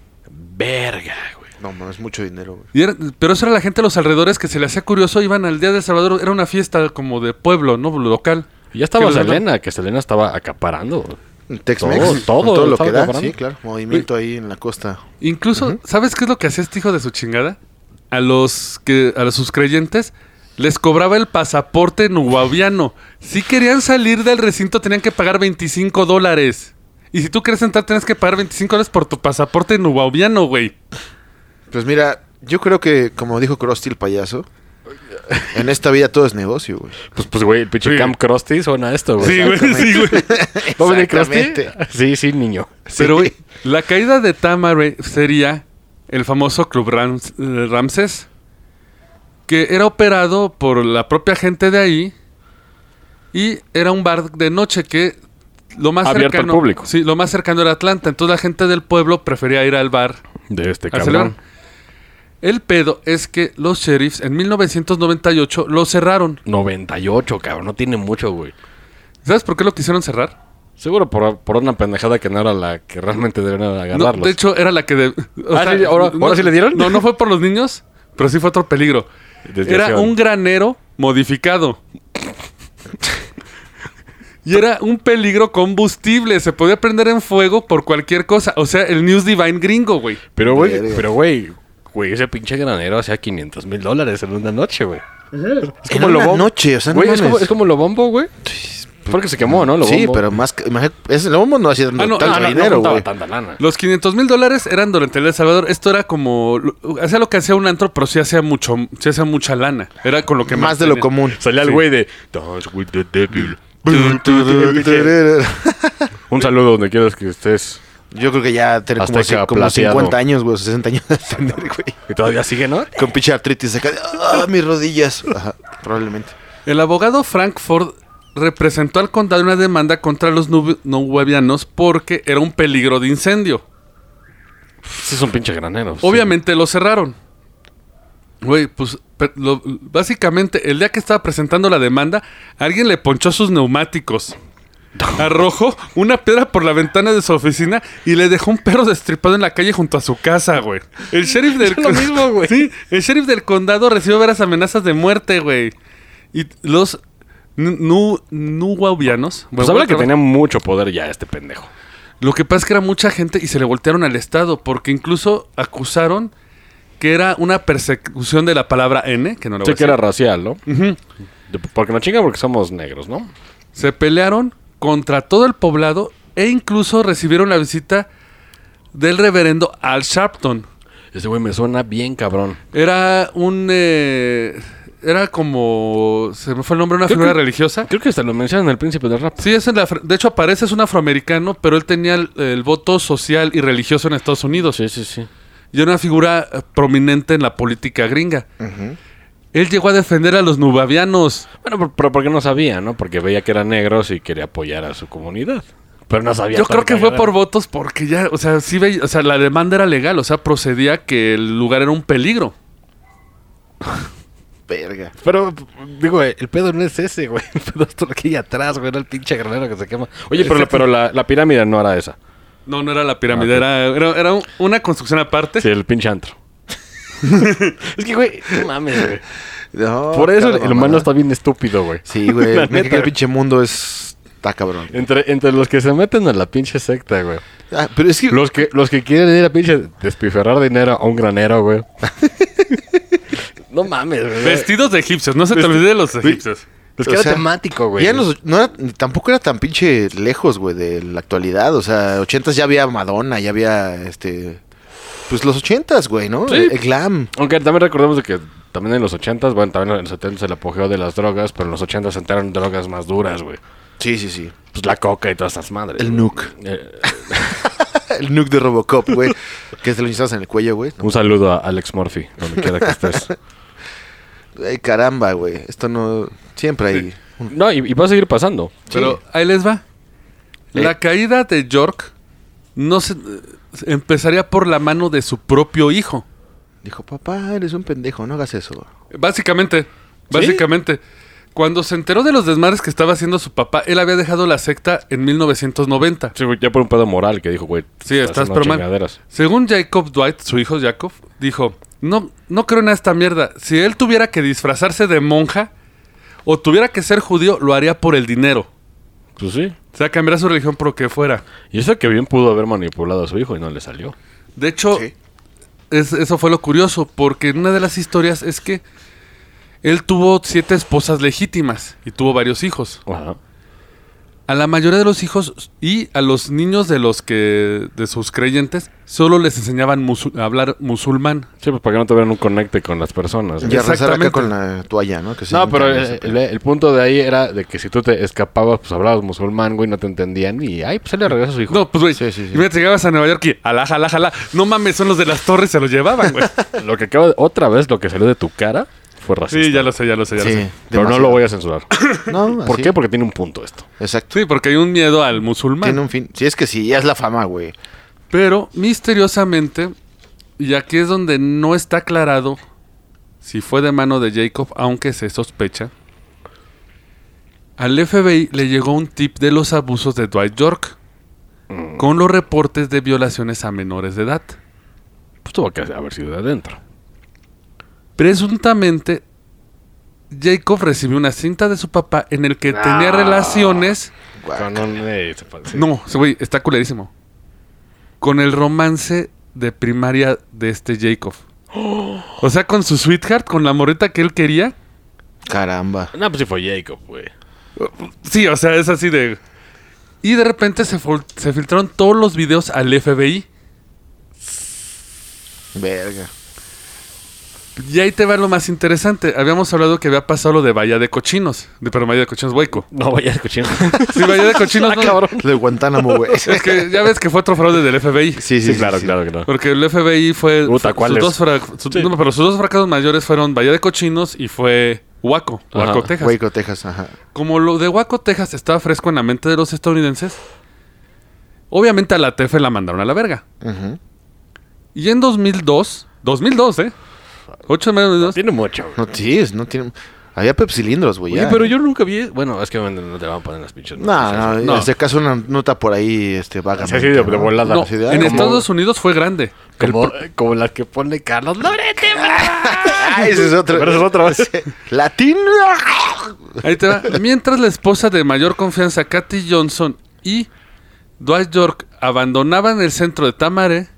S4: Verga, güey.
S3: No, no, es mucho dinero, güey.
S2: Y era- pero eso era la gente de los alrededores que se le hacía curioso. Iban al Día del Salvador. Era una fiesta como de pueblo, ¿no? Local.
S4: Y Ya estaba
S2: Que los-
S4: Selena, que Selena estaba acaparando.
S3: Tex-Mex.
S4: Todo,
S3: con
S4: todo,
S3: todo lo
S4: estaba
S3: que da.
S4: comprando.
S3: Sí, claro. Movimiento ahí en la costa.
S2: Incluso, ¿sabes qué es lo que hacía este hijo de su chingada? A los que, a sus creyentes les cobraba el pasaporte nubaviano. Si querían salir del recinto tenían que pagar 25 dólares. Y si tú quieres entrar tienes que pagar 25 dólares por tu pasaporte nubaviano, güey.
S3: Pues mira, yo creo que, como dijo Krusty el payaso, en esta vida todo es negocio, güey.
S4: Pues, pues, güey, el pinche
S2: Sí.
S4: Camp Krusty suena a esto, güey.
S2: Sí, güey, sí, güey.
S4: ¿Va a venir Krusty?
S3: Exactamente.
S4: Sí, sí, niño.
S2: Pero,
S3: Sí.
S2: güey, la caída de Tamare sería el famoso Club Rams- eh, Ramses, que era operado por la propia gente de ahí y era un bar de noche que lo más
S4: Abierto al
S2: cercano
S4: público.
S2: Sí, lo más cercano era Atlanta, entonces la gente del pueblo prefería ir al bar
S4: De este
S2: a celebrar.
S4: cabrón.
S2: El pedo es que los sheriffs en 1998 lo cerraron.
S4: 98, cabrón. No tiene mucho, güey.
S2: ¿Sabes por qué lo quisieron cerrar?
S4: Seguro por, por una pendejada que no era la que realmente deberían
S2: No,
S4: agarrarlos.
S2: de hecho, era la que... de- o
S4: Ah, sí, ahora-
S2: no-
S4: ahora sí le dieron.
S2: No, no fue por los niños, pero sí fue otro peligro.
S4: Desviación.
S2: Era un granero modificado. Y era un peligro combustible. Se podía prender en fuego por cualquier cosa. O sea, el News Divine gringo, güey.
S4: Pero, güey,
S3: Verga.
S4: pero, güey, güey, ese pinche granero hacía 500 mil dólares en una noche, güey. Es
S3: En una noche, o sea, no
S4: güey, es,
S3: mames.
S4: como, es como lo bombo, güey. Porque se quemó, ¿no? Lo
S3: sí,
S4: bombo.
S3: pero más que. imagínate, ese lomo no hacía
S2: no,
S3: tanto
S2: ah, no, no
S3: dinero,
S4: juntaba
S3: güey.
S4: tanta lana.
S2: Los 500 mil dólares eran durante el El Salvador. Esto era como... lo- Hacía lo que hacía un antro, pero sí hacía, mucho, sí hacía mucha lana. Era con lo que
S3: más de lo
S2: tenía.
S3: común.
S4: Salía el güey de Dance with the Devil.
S3: <laughs>
S4: Un saludo donde quieras que estés.
S3: Yo creo que ya tiene como,
S4: Azteca
S3: ci- como
S4: plateado.
S3: 50 años, güey, 60 años de tener, güey.
S4: Y todavía sigue, ¿no?
S3: Con pinche artritis acá. de, ¡Ah, mis rodillas! Ajá, probablemente.
S2: El abogado Frank Ford representó al condado una demanda contra los nub- nohuevianos porque era un peligro de incendio.
S4: Sí, es un pinche granero. Pues sí.
S2: Obviamente lo cerraron. Güey, pues pe- lo- básicamente el día que estaba presentando la demanda, alguien le ponchó sus neumáticos. Arrojó una piedra por la ventana de su oficina y le dejó un perro destripado en la calle junto a su casa, güey.
S4: <laughs>
S2: El sheriff del
S4: lo mismo, güey.
S2: Sí, el sheriff del condado recibió varias amenazas de muerte, güey. Y los nu- nu- nuhuabianos,
S4: Pues
S2: güey,
S4: habla que
S2: güey,
S4: tenía mucho poder ya este pendejo.
S2: lo que pasa es que era mucha gente y se le voltearon al Estado, porque incluso acusaron que era una persecución de la palabra N, que no lo voy
S4: Sí
S2: a
S4: que
S2: decir.
S4: era racial, ¿no?
S2: Ujú.
S4: De- Porque nos chingan porque somos negros, ¿no?
S2: Se pelearon contra todo el poblado e incluso recibieron la visita del reverendo Al Sharpton.
S4: Ese güey me suena bien cabrón.
S2: Era un... eh, era como... Se me fue el nombre, una
S4: Creo
S2: figura
S4: que-
S2: religiosa.
S4: Creo que hasta lo mencionan en el príncipe del rap.
S2: Sí, es en la, fr- de hecho aparece, es un afroamericano, pero él tenía el, el voto social y religioso en Estados Unidos.
S4: Sí, sí, sí.
S2: y era una figura eh, prominente en la política gringa. Él llegó a defender a los nubavianos.
S4: Bueno, por- pero porque no sabía, ¿no? Porque veía que eran negros y quería apoyar a su comunidad. Pero no sabía.
S2: Yo
S4: todo
S2: creo
S4: el
S2: que fue
S4: cagadero.
S2: por votos porque ya, o sea, sí veía- o sea, la demanda era legal, o sea, procedía que el lugar era un peligro.
S3: Verga.
S4: Pero, digo, eh, el pedo no es ese, güey. El pedo es todo lo que hay atrás, güey. Era el pinche granero que se quema. Oye, pero, pero la, la pirámide no era esa.
S2: No, no era la pirámide,
S4: Ah,
S2: era, era, era un- una construcción aparte.
S4: Sí, el
S2: <laughs>
S4: pinche antro. es que, güey, no mames, güey.
S3: No,
S4: Por eso el,
S3: cada
S4: el humano
S3: mamada.
S4: está bien estúpido, Oh, güey.
S3: Sí, güey.
S4: <laughs> La
S3: Mira que
S4: neta,
S3: el
S4: güey.
S3: pinche mundo es. Está cabrón.
S4: Entre, entre los que se meten a la pinche secta, güey.
S3: Ah, pero es que.
S4: Los que, los que quieren ir a pinche despiferrar dinero a un granero, güey. <laughs> no mames, güey.
S2: Vestidos de egipcios, no se te olvide de los egipcios.
S4: Es
S3: o
S4: Pues que era
S3: sea,
S4: temático, güey.
S3: ya en los- no era- tampoco era tan pinche lejos, güey, de la actualidad. O sea, 80s ya había Madonna, ya había este. Pues los 80s, güey, ¿no?
S4: Sí.
S3: El, el glam.
S4: Aunque también recordemos de que también en los 80s, bueno, también en los 70s el apogeo de las drogas, pero en los 80s entraron drogas más duras, güey.
S3: Sí, sí, sí.
S4: Pues la coca y todas esas madres.
S3: El
S4: güey.
S3: nuke.
S4: Eh,
S3: <laughs> El nuke de Robocop, güey. que te lo instalas en el cuello, güey.
S4: un saludo a Alex Murphy, donde quiera que estés.
S3: Ay, caramba, güey. Esto no. Siempre hay.
S4: No, y, y va a seguir pasando.
S2: Pero ahí les va. La caída de York no se, eh, empezaría por la mano de su propio hijo.
S3: Dijo, papá, eres un pendejo, no hagas eso.
S2: Básicamente, básicamente. Cuando se enteró de los desmadres que estaba haciendo su papá, él había dejado la secta en 1990.
S4: Sí, güey, ya por un pedo moral que dijo, güey.
S2: Sí, estás
S4: haciendo
S2: pro mal.
S4: chingaderas.
S2: Según Jacob Dwight, su hijo Jacob, dijo, no, no creo en esta mierda. Si él tuviera que disfrazarse de monja o tuviera que ser judío, lo haría por el dinero.
S4: Pues sí.
S2: O sea, cambiará su religión por lo que fuera.
S4: Y eso que bien pudo haber manipulado a su hijo y no le salió.
S2: De
S4: Oh,
S2: hecho,
S3: Sí.
S2: es- eso fue lo curioso, porque en una de las historias es que él tuvo siete esposas legítimas y tuvo varios hijos.
S4: Ajá.
S2: A la mayoría de los hijos y a los niños de los que de sus creyentes solo les enseñaban musu- a hablar musulmán.
S4: Sí, pues para que no tuvieran un conecte con las personas. güey.
S3: Y arrasar acá
S2: Exactamente.
S3: con la toalla, ¿no? Que sí,
S4: No, pero
S3: nunca
S4: el,
S3: se-
S4: el- el punto de ahí era de que si tú te escapabas, pues hablabas musulmán, güey, no te entendían. Y ay, pues él le regresa a su hijo.
S2: No, pues güey,
S3: Sí, sí, sí.
S2: mira, te llegabas a Nueva York y alá, alá, alá. No mames, son los de las torres, se los llevaban,
S3: <laughs>
S2: güey.
S4: Lo que acaba de- otra vez lo que salió de tu cara fue racista.
S2: sí, ya lo sé, ya lo sé, ya
S3: Sí,
S2: lo sé.
S4: Pero no lo voy a <coughs> censurar.
S3: demasiado. No,
S4: ¿Por
S3: así,
S4: qué? Porque tiene un punto esto.
S3: Exacto.
S2: Sí, porque hay un miedo al musulmán.
S3: Tiene un fin. Sí, es que sí, ya es la fama, güey.
S2: Pero misteriosamente, y aquí es donde no está aclarado si fue de mano de Jacob, aunque se sospecha, al FBI le llegó un tip de los abusos de Dwight York con los reportes de violaciones a menores de edad.
S4: Pues tuvo que haber sido de adentro.
S2: Presuntamente, Jacob recibió una cinta de su papá en el que tenía relaciones.
S4: Con un... eh, se parece.
S2: No, ese güey, está culerísimo. Con el romance de primaria de este Jacob. O sea, con su sweetheart, con la morrita que él quería.
S3: Caramba.
S4: No, pues sí fue Jacob, güey.
S2: Sí, o sea, es así de. Y de repente se, fol- se filtraron todos los videos al FBI.
S3: Verga.
S2: Y ahí te va lo más interesante. Habíamos hablado que había pasado lo de Bahía de Cochinos. De, pero Bahía de Cochinos, Huayco.
S4: No vaya a <laughs> escuchar.
S2: Sí, Bahía de Cochinos. no.
S3: Lo <laughs> de Guantánamo, güey.
S2: Es que ya ves que fue otro fraude del FBI.
S3: Sí,
S4: Sí, claro, claro, claro.
S2: Porque el FBI fue.
S4: Puta,
S2: sus
S4: ¿cuáles?
S2: dos fra- su- no, pero sus dos fracasos mayores fueron Bahía de Cochinos y fue Huaco,
S4: Ajá.
S2: Huaco, Texas.
S3: Hueco, Texas, ajá.
S2: Como lo de Huaco, Texas estaba fresco en la mente de los estadounidenses, obviamente a la TF la mandaron a la verga.
S3: Ujú.
S2: Y en 2002, 2002, ¿eh? 8 de mayo de 2002.
S4: Tiene mucho, güey.
S3: No, sí, es- no tiene... Había pepsilindros, güey.
S4: Oye,
S3: ya.
S4: pero yo nunca vi. Bueno, es que obviamente no te van a poner las pinches.
S3: No,
S4: noticias,
S3: no,
S2: No.
S3: en este caso una nota por ahí este, vagamente.
S4: Sí, sí, de- de
S3: ¿no?
S4: volada.
S2: No,
S3: Sí, de-
S2: en
S3: como-
S2: Estados Unidos fue grande.
S4: Como, como las que pone Carlos Lorente, <laughs>
S3: Ah, ese es otro.
S4: Pero es otra <laughs> vez.
S3: Latino.
S2: Ahí te va. Mientras la esposa de mayor confianza, Kathy Johnson y Dwight York, abandonaban el centro de Tamare,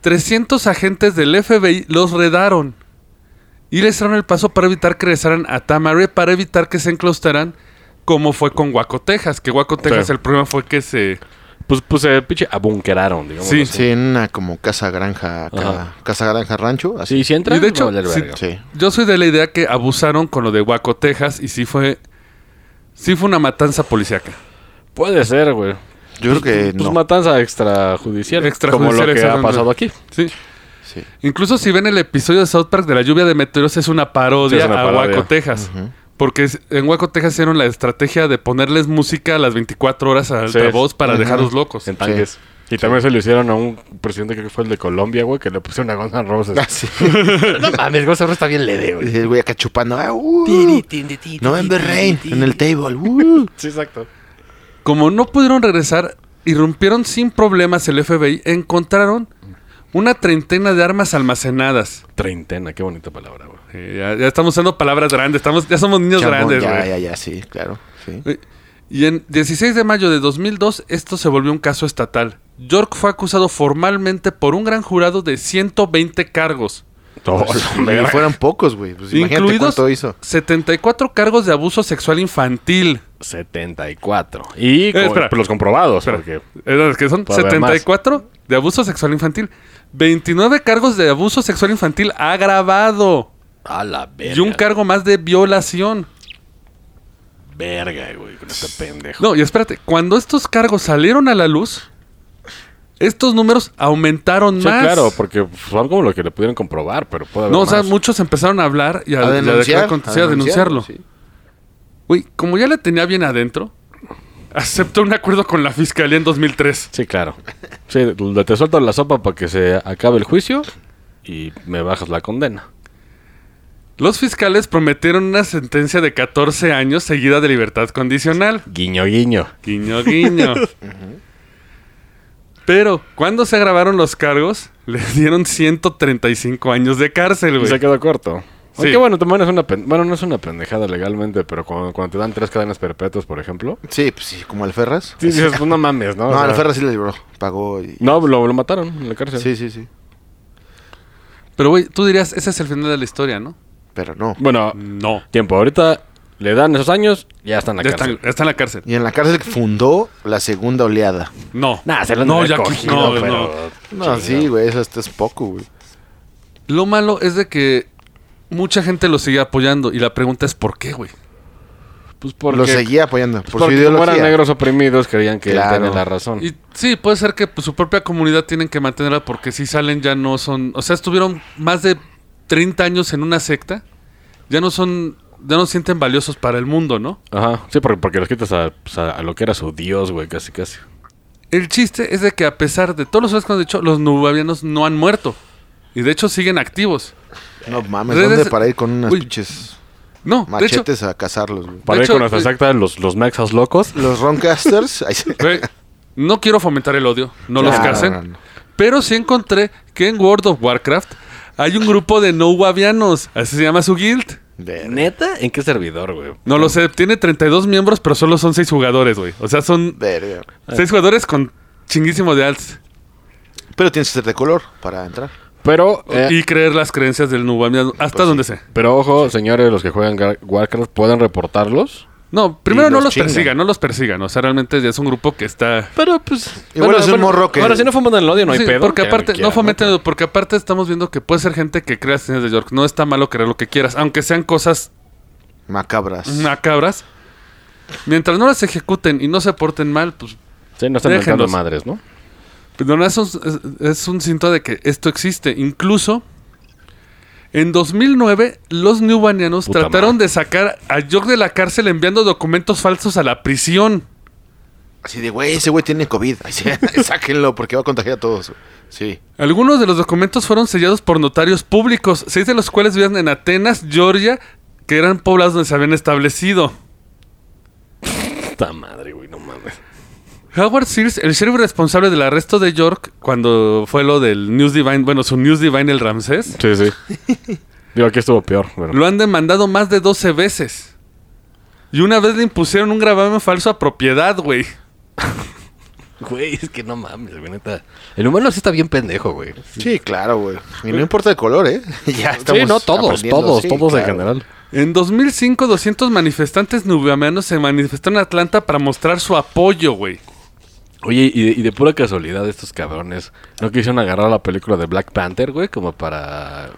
S2: 300 agentes del FBI los redaron y les dieron el paso para evitar que regresaran a Tamare, para evitar que se enclostraran, como fue con Huaco, Texas. Que Huaco, Texas,
S4: Sí.
S2: el problema fue que se.
S4: Pues, pues se pinche abunkeraron, digamos.
S2: Sí.
S4: así.
S3: Sí, en una como casa granja, acá,
S4: Ajá.
S3: casa granja rancho, así.
S4: Sí, si entran,
S2: Y de hecho,
S4: va a valer
S2: sí-
S4: verga.
S3: Sí.
S2: Yo soy de la idea que abusaron con lo de Huaco, Texas, y sí fue. Sí fue una matanza policíaca.
S4: Puede ser, güey.
S3: Yo creo que
S4: Pues
S3: no.
S4: matanza extrajudicial.
S2: Extrajudicial,
S4: Como lo que ha
S2: exactamente.
S4: pasado aquí.
S2: Sí.
S3: Sí.
S2: Incluso si ven el episodio de South Park de la lluvia de meteoros, es una parodia
S4: Sí, es una
S2: a
S4: parodia.
S2: Waco, Texas. Porque es- en Waco, Texas hicieron la estrategia de ponerles música a las 24 horas a
S4: Sí.
S2: alta voz para
S3: Ajá.
S2: dejarlos locos.
S4: En tanques. Y también se lo hicieron a un presidente, creo que fue el de Colombia, güey, que le pusieron una Guns N' Roses.
S2: <laughs>
S3: Ah, <laughs> sí.
S4: no mames, Guns N' Roses está bien leve, güey.
S3: Y el güey acá chupando. Ah, uh, November Rain en el table.
S4: <laughs>
S3: uh.
S4: Sí, exacto.
S2: Como no pudieron regresar, irrumpieron sin problemas el FBI, encontraron una treintena de armas almacenadas.
S4: Treintena, qué bonita palabra, güey.
S2: Eh, ya, ya estamos usando palabras grandes, estamos, ya somos niños
S3: Chambón,
S2: grandes.
S3: ya,
S2: güey.
S3: ya, ya, sí, claro.
S4: <laughs>
S3: Sí.
S2: Y en 16 de mayo de 2002 esto se volvió un caso estatal. York fue acusado formalmente por un gran jurado de 120 cargos,
S4: Todos,
S3: Y fueron pocos, güey. Pues imagínate
S2: incluidos
S3: cuánto hizo.
S2: 74 cargos de abuso sexual infantil.
S4: 74. Y
S2: Eh, espera.
S4: co- los comprobados,
S2: Espera,
S4: porque
S2: eh, que son
S4: Puede haber
S2: 74 de abuso sexual infantil, 29 cargos de abuso sexual infantil agravado
S4: a la verga.
S2: y un cargo más de violación.
S4: verga, güey, con este pendejo.
S2: No, y espérate, cuando estos cargos salieron a la luz, estos números aumentaron
S4: Sí,
S2: más.
S4: claro, porque pues, son como lo que le pudieron comprobar, pero puede haber
S2: No, o sea,
S4: más.
S2: muchos empezaron a hablar y a,
S3: A
S2: y a
S3: denunciar.
S2: declarar contra- sí, a denunciarlo.
S3: sí.
S2: Güey, como ya la tenía bien adentro, aceptó un acuerdo con la fiscalía en 2003.
S4: Sí, claro. Sí, le- te suelto la sopa para que se acabe el juicio y me bajas la condena.
S2: Los fiscales prometieron una sentencia de 14 años seguida de libertad condicional.
S4: Guiño, guiño.
S2: Guiño,
S3: <laughs>
S2: guiño. Pero cuando se grabaron los cargos, les dieron 135 años de cárcel,
S4: Y
S2: güey.
S4: se quedó corto.
S2: Sí.
S4: Aunque bueno, también es una pen- bueno, no es una pendejada legalmente, pero cuando, cuando te dan tres cadenas perpetuas, por ejemplo,
S3: Sí, pues sí, como Alferras.
S4: sí, dices, pues, no mames, ¿no? O
S3: no,
S4: sea,
S3: Alferras sí le libró. Pagó y...
S4: no, lo, lo mataron en la cárcel.
S3: Sí, sí, sí.
S2: Pero, güey, tú dirías, ese es el final de la historia, ¿no?
S3: Pero no.
S4: Bueno,
S2: No.
S4: tiempo, ahorita le dan esos años, ya están en la
S2: Ya
S4: cárcel.
S2: están- ya está en la cárcel.
S3: Y en la cárcel fundó la segunda oleada.
S2: No.
S4: Nah, se lo han de
S2: no,
S4: haber
S2: ya aquí-
S4: cogido,
S2: no,
S4: pero-
S2: no.
S3: No, sí, güey, eso hasta es poco, güey.
S2: Lo malo es de que mucha gente lo sigue apoyando y la pregunta es ¿por qué, güey?
S4: Pues porque,
S3: Lo seguía apoyando por su
S4: porque como
S3: ideología.
S4: eran negros oprimidos, creían que él
S3: Claro.
S4: tenía la razón.
S2: Y sí, puede ser que pues, su propia comunidad tienen que mantenerla porque si salen ya no son, o sea, estuvieron más de 30 años en una secta, ya no son, ya no se sienten valiosos para el mundo, ¿no?
S4: Ajá, sí, porque, porque los quitas a, pues, a- a lo que era su dios, güey, casi, casi.
S2: El chiste es de que a pesar de todos los años que han dicho, los nubavianos no han muerto. Y de hecho siguen activos.
S3: No mames,
S2: Redes-
S3: ¿dónde para ir con unas
S2: Uy.
S3: pinches
S2: No, de hecho,
S3: machetes a cazarlos, güey?
S4: Para ir
S2: hecho,
S4: con nuestra
S2: eh,
S4: exacta, los, los mexas locos.
S3: Los Roncasters. ahí se-
S2: güey, no quiero fomentar el odio,
S3: <laughs>
S2: no los
S3: Ah,
S2: casen.
S3: no, no.
S2: Pero sí encontré que en World of Warcraft hay un grupo de no guavianos. Así se llama su guild.
S3: Verga.
S4: ¿Neta? ¿En qué servidor, güey?
S2: No lo sé, tiene 32 miembros, pero solo son 6 jugadores, güey. O sea, son
S3: Verga.
S4: Eh.
S2: 6 jugadores con chinguísimo de alts.
S3: Pero tienes que ser de color para entrar.
S4: Pero, eh, Pues
S2: Y creer las creencias del Nubamia hasta donde sé.
S4: pero ojo, señores, los que juegan Gar- Warcraft pueden reportarlos.
S2: No, primero no
S3: los
S2: los
S3: chingan.
S2: persigan, no los persigan. O sea, realmente ya es un grupo que está...
S4: Pero pues.
S3: Igual es un morro que-
S4: Ahora, si no fomentan el odio, no hay
S2: Sí,
S4: pedo.
S2: Porque
S4: Que
S2: aparte,
S4: quiera,
S2: no fomenten, porque aparte estamos viendo que puede ser gente que crea las señas de York. No está malo creer lo que quieras, aunque sean cosas
S3: Macabras.
S2: macabras. Mientras no las ejecuten y no se porten mal, pues
S4: Sí, no están inventando
S2: Déjenlos.
S4: madres, ¿no?
S2: Pero Pues, no, eso es, es- es un síntoma de que esto existe. Incluso en 2009, los newbanianos
S4: Puta
S2: trataron
S4: madre.
S2: de sacar a York de la cárcel enviando documentos falsos a la prisión.
S3: Así de, güey, ese güey tiene COVID. <laughs> Ay, sí, Sáquenlo porque va a contagiar a todos. Sí.
S2: Algunos de los documentos fueron sellados por notarios públicos, seis de los cuales vivían en Atenas, Georgia, que eran poblados donde se habían establecido.
S4: Puta madre, güey, no mames.
S2: Howard Sears, el sheriff responsable del arresto de York cuando fue lo del News Divine, bueno, su News Divine el Ramsés,
S4: Sí, sí. Digo, aquí estuvo peor, pero.
S2: Lo han demandado más de 12 veces. Y una vez le impusieron un gravamen falso a propiedad, güey.
S4: Güey, es que no mames, güey, neta. El humano sí está bien pendejo, güey.
S3: Sí, claro, güey. Y no importa el color, ¿eh? <laughs> ya estamos
S4: Sí, no, todos,
S3: aprendiendo.
S4: todos,
S3: Sí,
S4: todos en
S3: claro.
S4: general.
S2: En 2005, 200 manifestantes nubiameanos se manifestaron en Atlanta para mostrar su apoyo, güey.
S4: Oye, y de, y de pura casualidad estos cabrones no quisieron agarrar la película de Black Panther, güey, como para...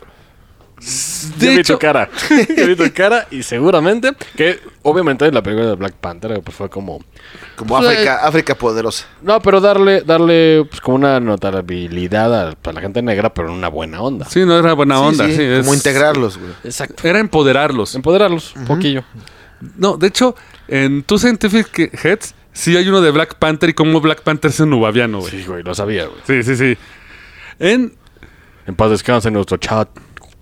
S4: Yo
S2: De
S4: vi
S2: hecho, <laughs>
S4: tu cara, yo vi tu cara y seguramente que obviamente la película de Black Panther pues fue como...
S3: Como
S4: Pues,
S3: África, África poderosa.
S4: No, pero darle, darle pues como una notabilidad a, a la gente negra, pero en una buena onda.
S2: sí, no era buena
S3: Sí,
S2: onda.
S3: sí,
S2: sí, es-
S3: Como integrarlos, güey.
S4: Exacto.
S2: Era empoderarlos.
S4: Empoderarlos, un poquillo.
S2: No, de hecho, en tu Scientific Heads sí hay uno de Black Panther y cómo Black Panther es un nubaviano, güey.
S4: Sí, güey, lo sabía, güey.
S2: Sí, sí, sí. En
S4: En paz descanse nuestro chat,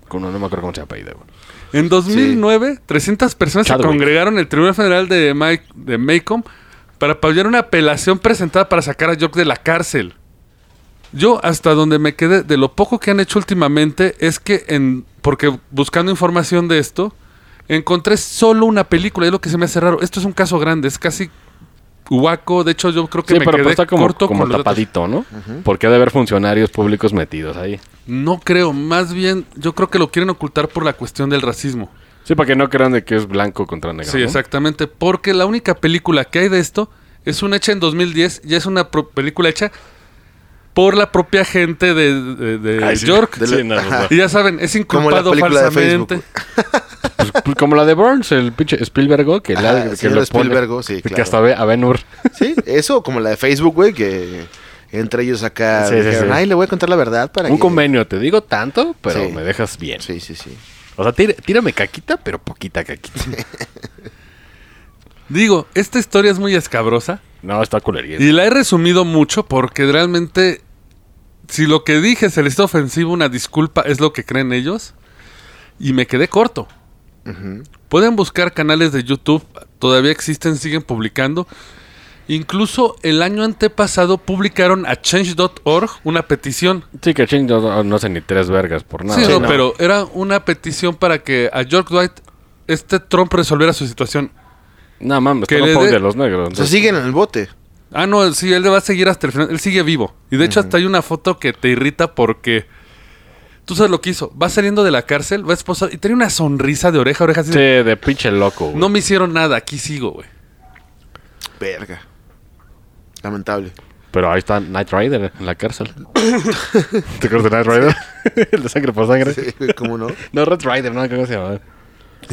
S4: con no me acuerdo cómo se apellida, güey.
S2: En 2009, 300 personas
S4: Chadwick.
S2: se congregaron en el Tribunal Federal de, Mike, de Maycomb para apoyar una apelación presentada para sacar a York de la cárcel. Yo, hasta donde me quedé, de lo poco que han hecho últimamente es que, en, porque buscando información de esto, encontré solo una película, y es lo que se me hace raro. Esto es un caso grande, es casi huaco. De hecho, yo creo que
S4: Sí,
S2: me
S4: pero pues
S2: quedé
S4: está como,
S2: corto
S4: como
S2: con los datos.
S4: tapadito, ¿no? Porque ha de haber funcionarios públicos metidos ahí.
S2: No creo, más bien, yo creo que lo quieren ocultar por la cuestión del racismo.
S4: Sí, para que no crean de que es blanco contra negro.
S2: Sí,
S4: ¿no?
S2: exactamente. Porque la única película que hay de esto es una hecha en 2010 y es una pro- película hecha por la propia gente de, de- de
S3: Ah,
S4: Ay, Eh, sí.
S2: York.
S4: Sí, no, no, no.
S2: Y ya saben, es
S3: Como la
S2: inculpado
S3: película de
S2: falsamente.
S3: Facebook.
S4: Pues, pues, como la de Burns, el pinche Spielbergo, que, la,
S3: Ajá,
S4: que
S3: señor
S4: lo pone-
S3: Spielbergo, sí,
S4: que
S3: claro.
S4: hasta ve a Ben Hur.
S3: Sí, eso, como la de Facebook, güey, que entre ellos acá
S4: Sí, sí,
S3: dijeron,
S4: sí.
S3: ay, le voy a contar la verdad para
S4: Un
S3: que-".
S4: convenio, te digo tanto, pero
S3: Sí.
S4: me dejas bien.
S3: Sí, sí, sí.
S4: O sea, tira- tírame caquita, pero poquita caquita.
S2: Digo, esta historia es muy escabrosa
S4: no, está culería.
S2: y la he resumido mucho porque realmente, si lo que dije se les hizo ofensivo, una disculpa es lo que creen ellos. Y me quedé corto.
S3: Ujú.
S2: Pueden buscar canales de YouTube, todavía existen, siguen publicando. Incluso el año antepasado publicaron a change.org una petición.
S4: Sí, que ching, no, no- no sé ni tres vergas por nada.
S2: sí,
S3: sí,
S2: no,
S3: no.
S2: pero era una petición para que a George Dwight este Trump resolviera su situación.
S4: No mames,
S2: Que
S4: que
S2: le
S4: no
S2: dé-
S4: de los negros.
S3: O sea, siguen en el bote.
S2: Ah, no, sí, él le va a seguir hasta el final. Él sigue vivo. Y de hecho, hasta hay una foto que te irrita porque tú sabes lo que hizo. Va saliendo de la cárcel, va a esposar y tiene una sonrisa de oreja a oreja. Así,
S4: Sí,
S2: de,
S4: de pinche loco. güey.
S2: no me hicieron nada, aquí sigo, güey.
S3: Verga.
S4: <laughs>
S3: Lamentable.
S4: Pero ahí está Knight Rider en la <laughs> cárcel. ¿Te acuerdas de Knight Rider? <laughs> el de sangre por sangre.
S3: Sí, güey, ¿Cómo no?
S4: No, Red Rider, no, ¿cómo se llama?
S2: Y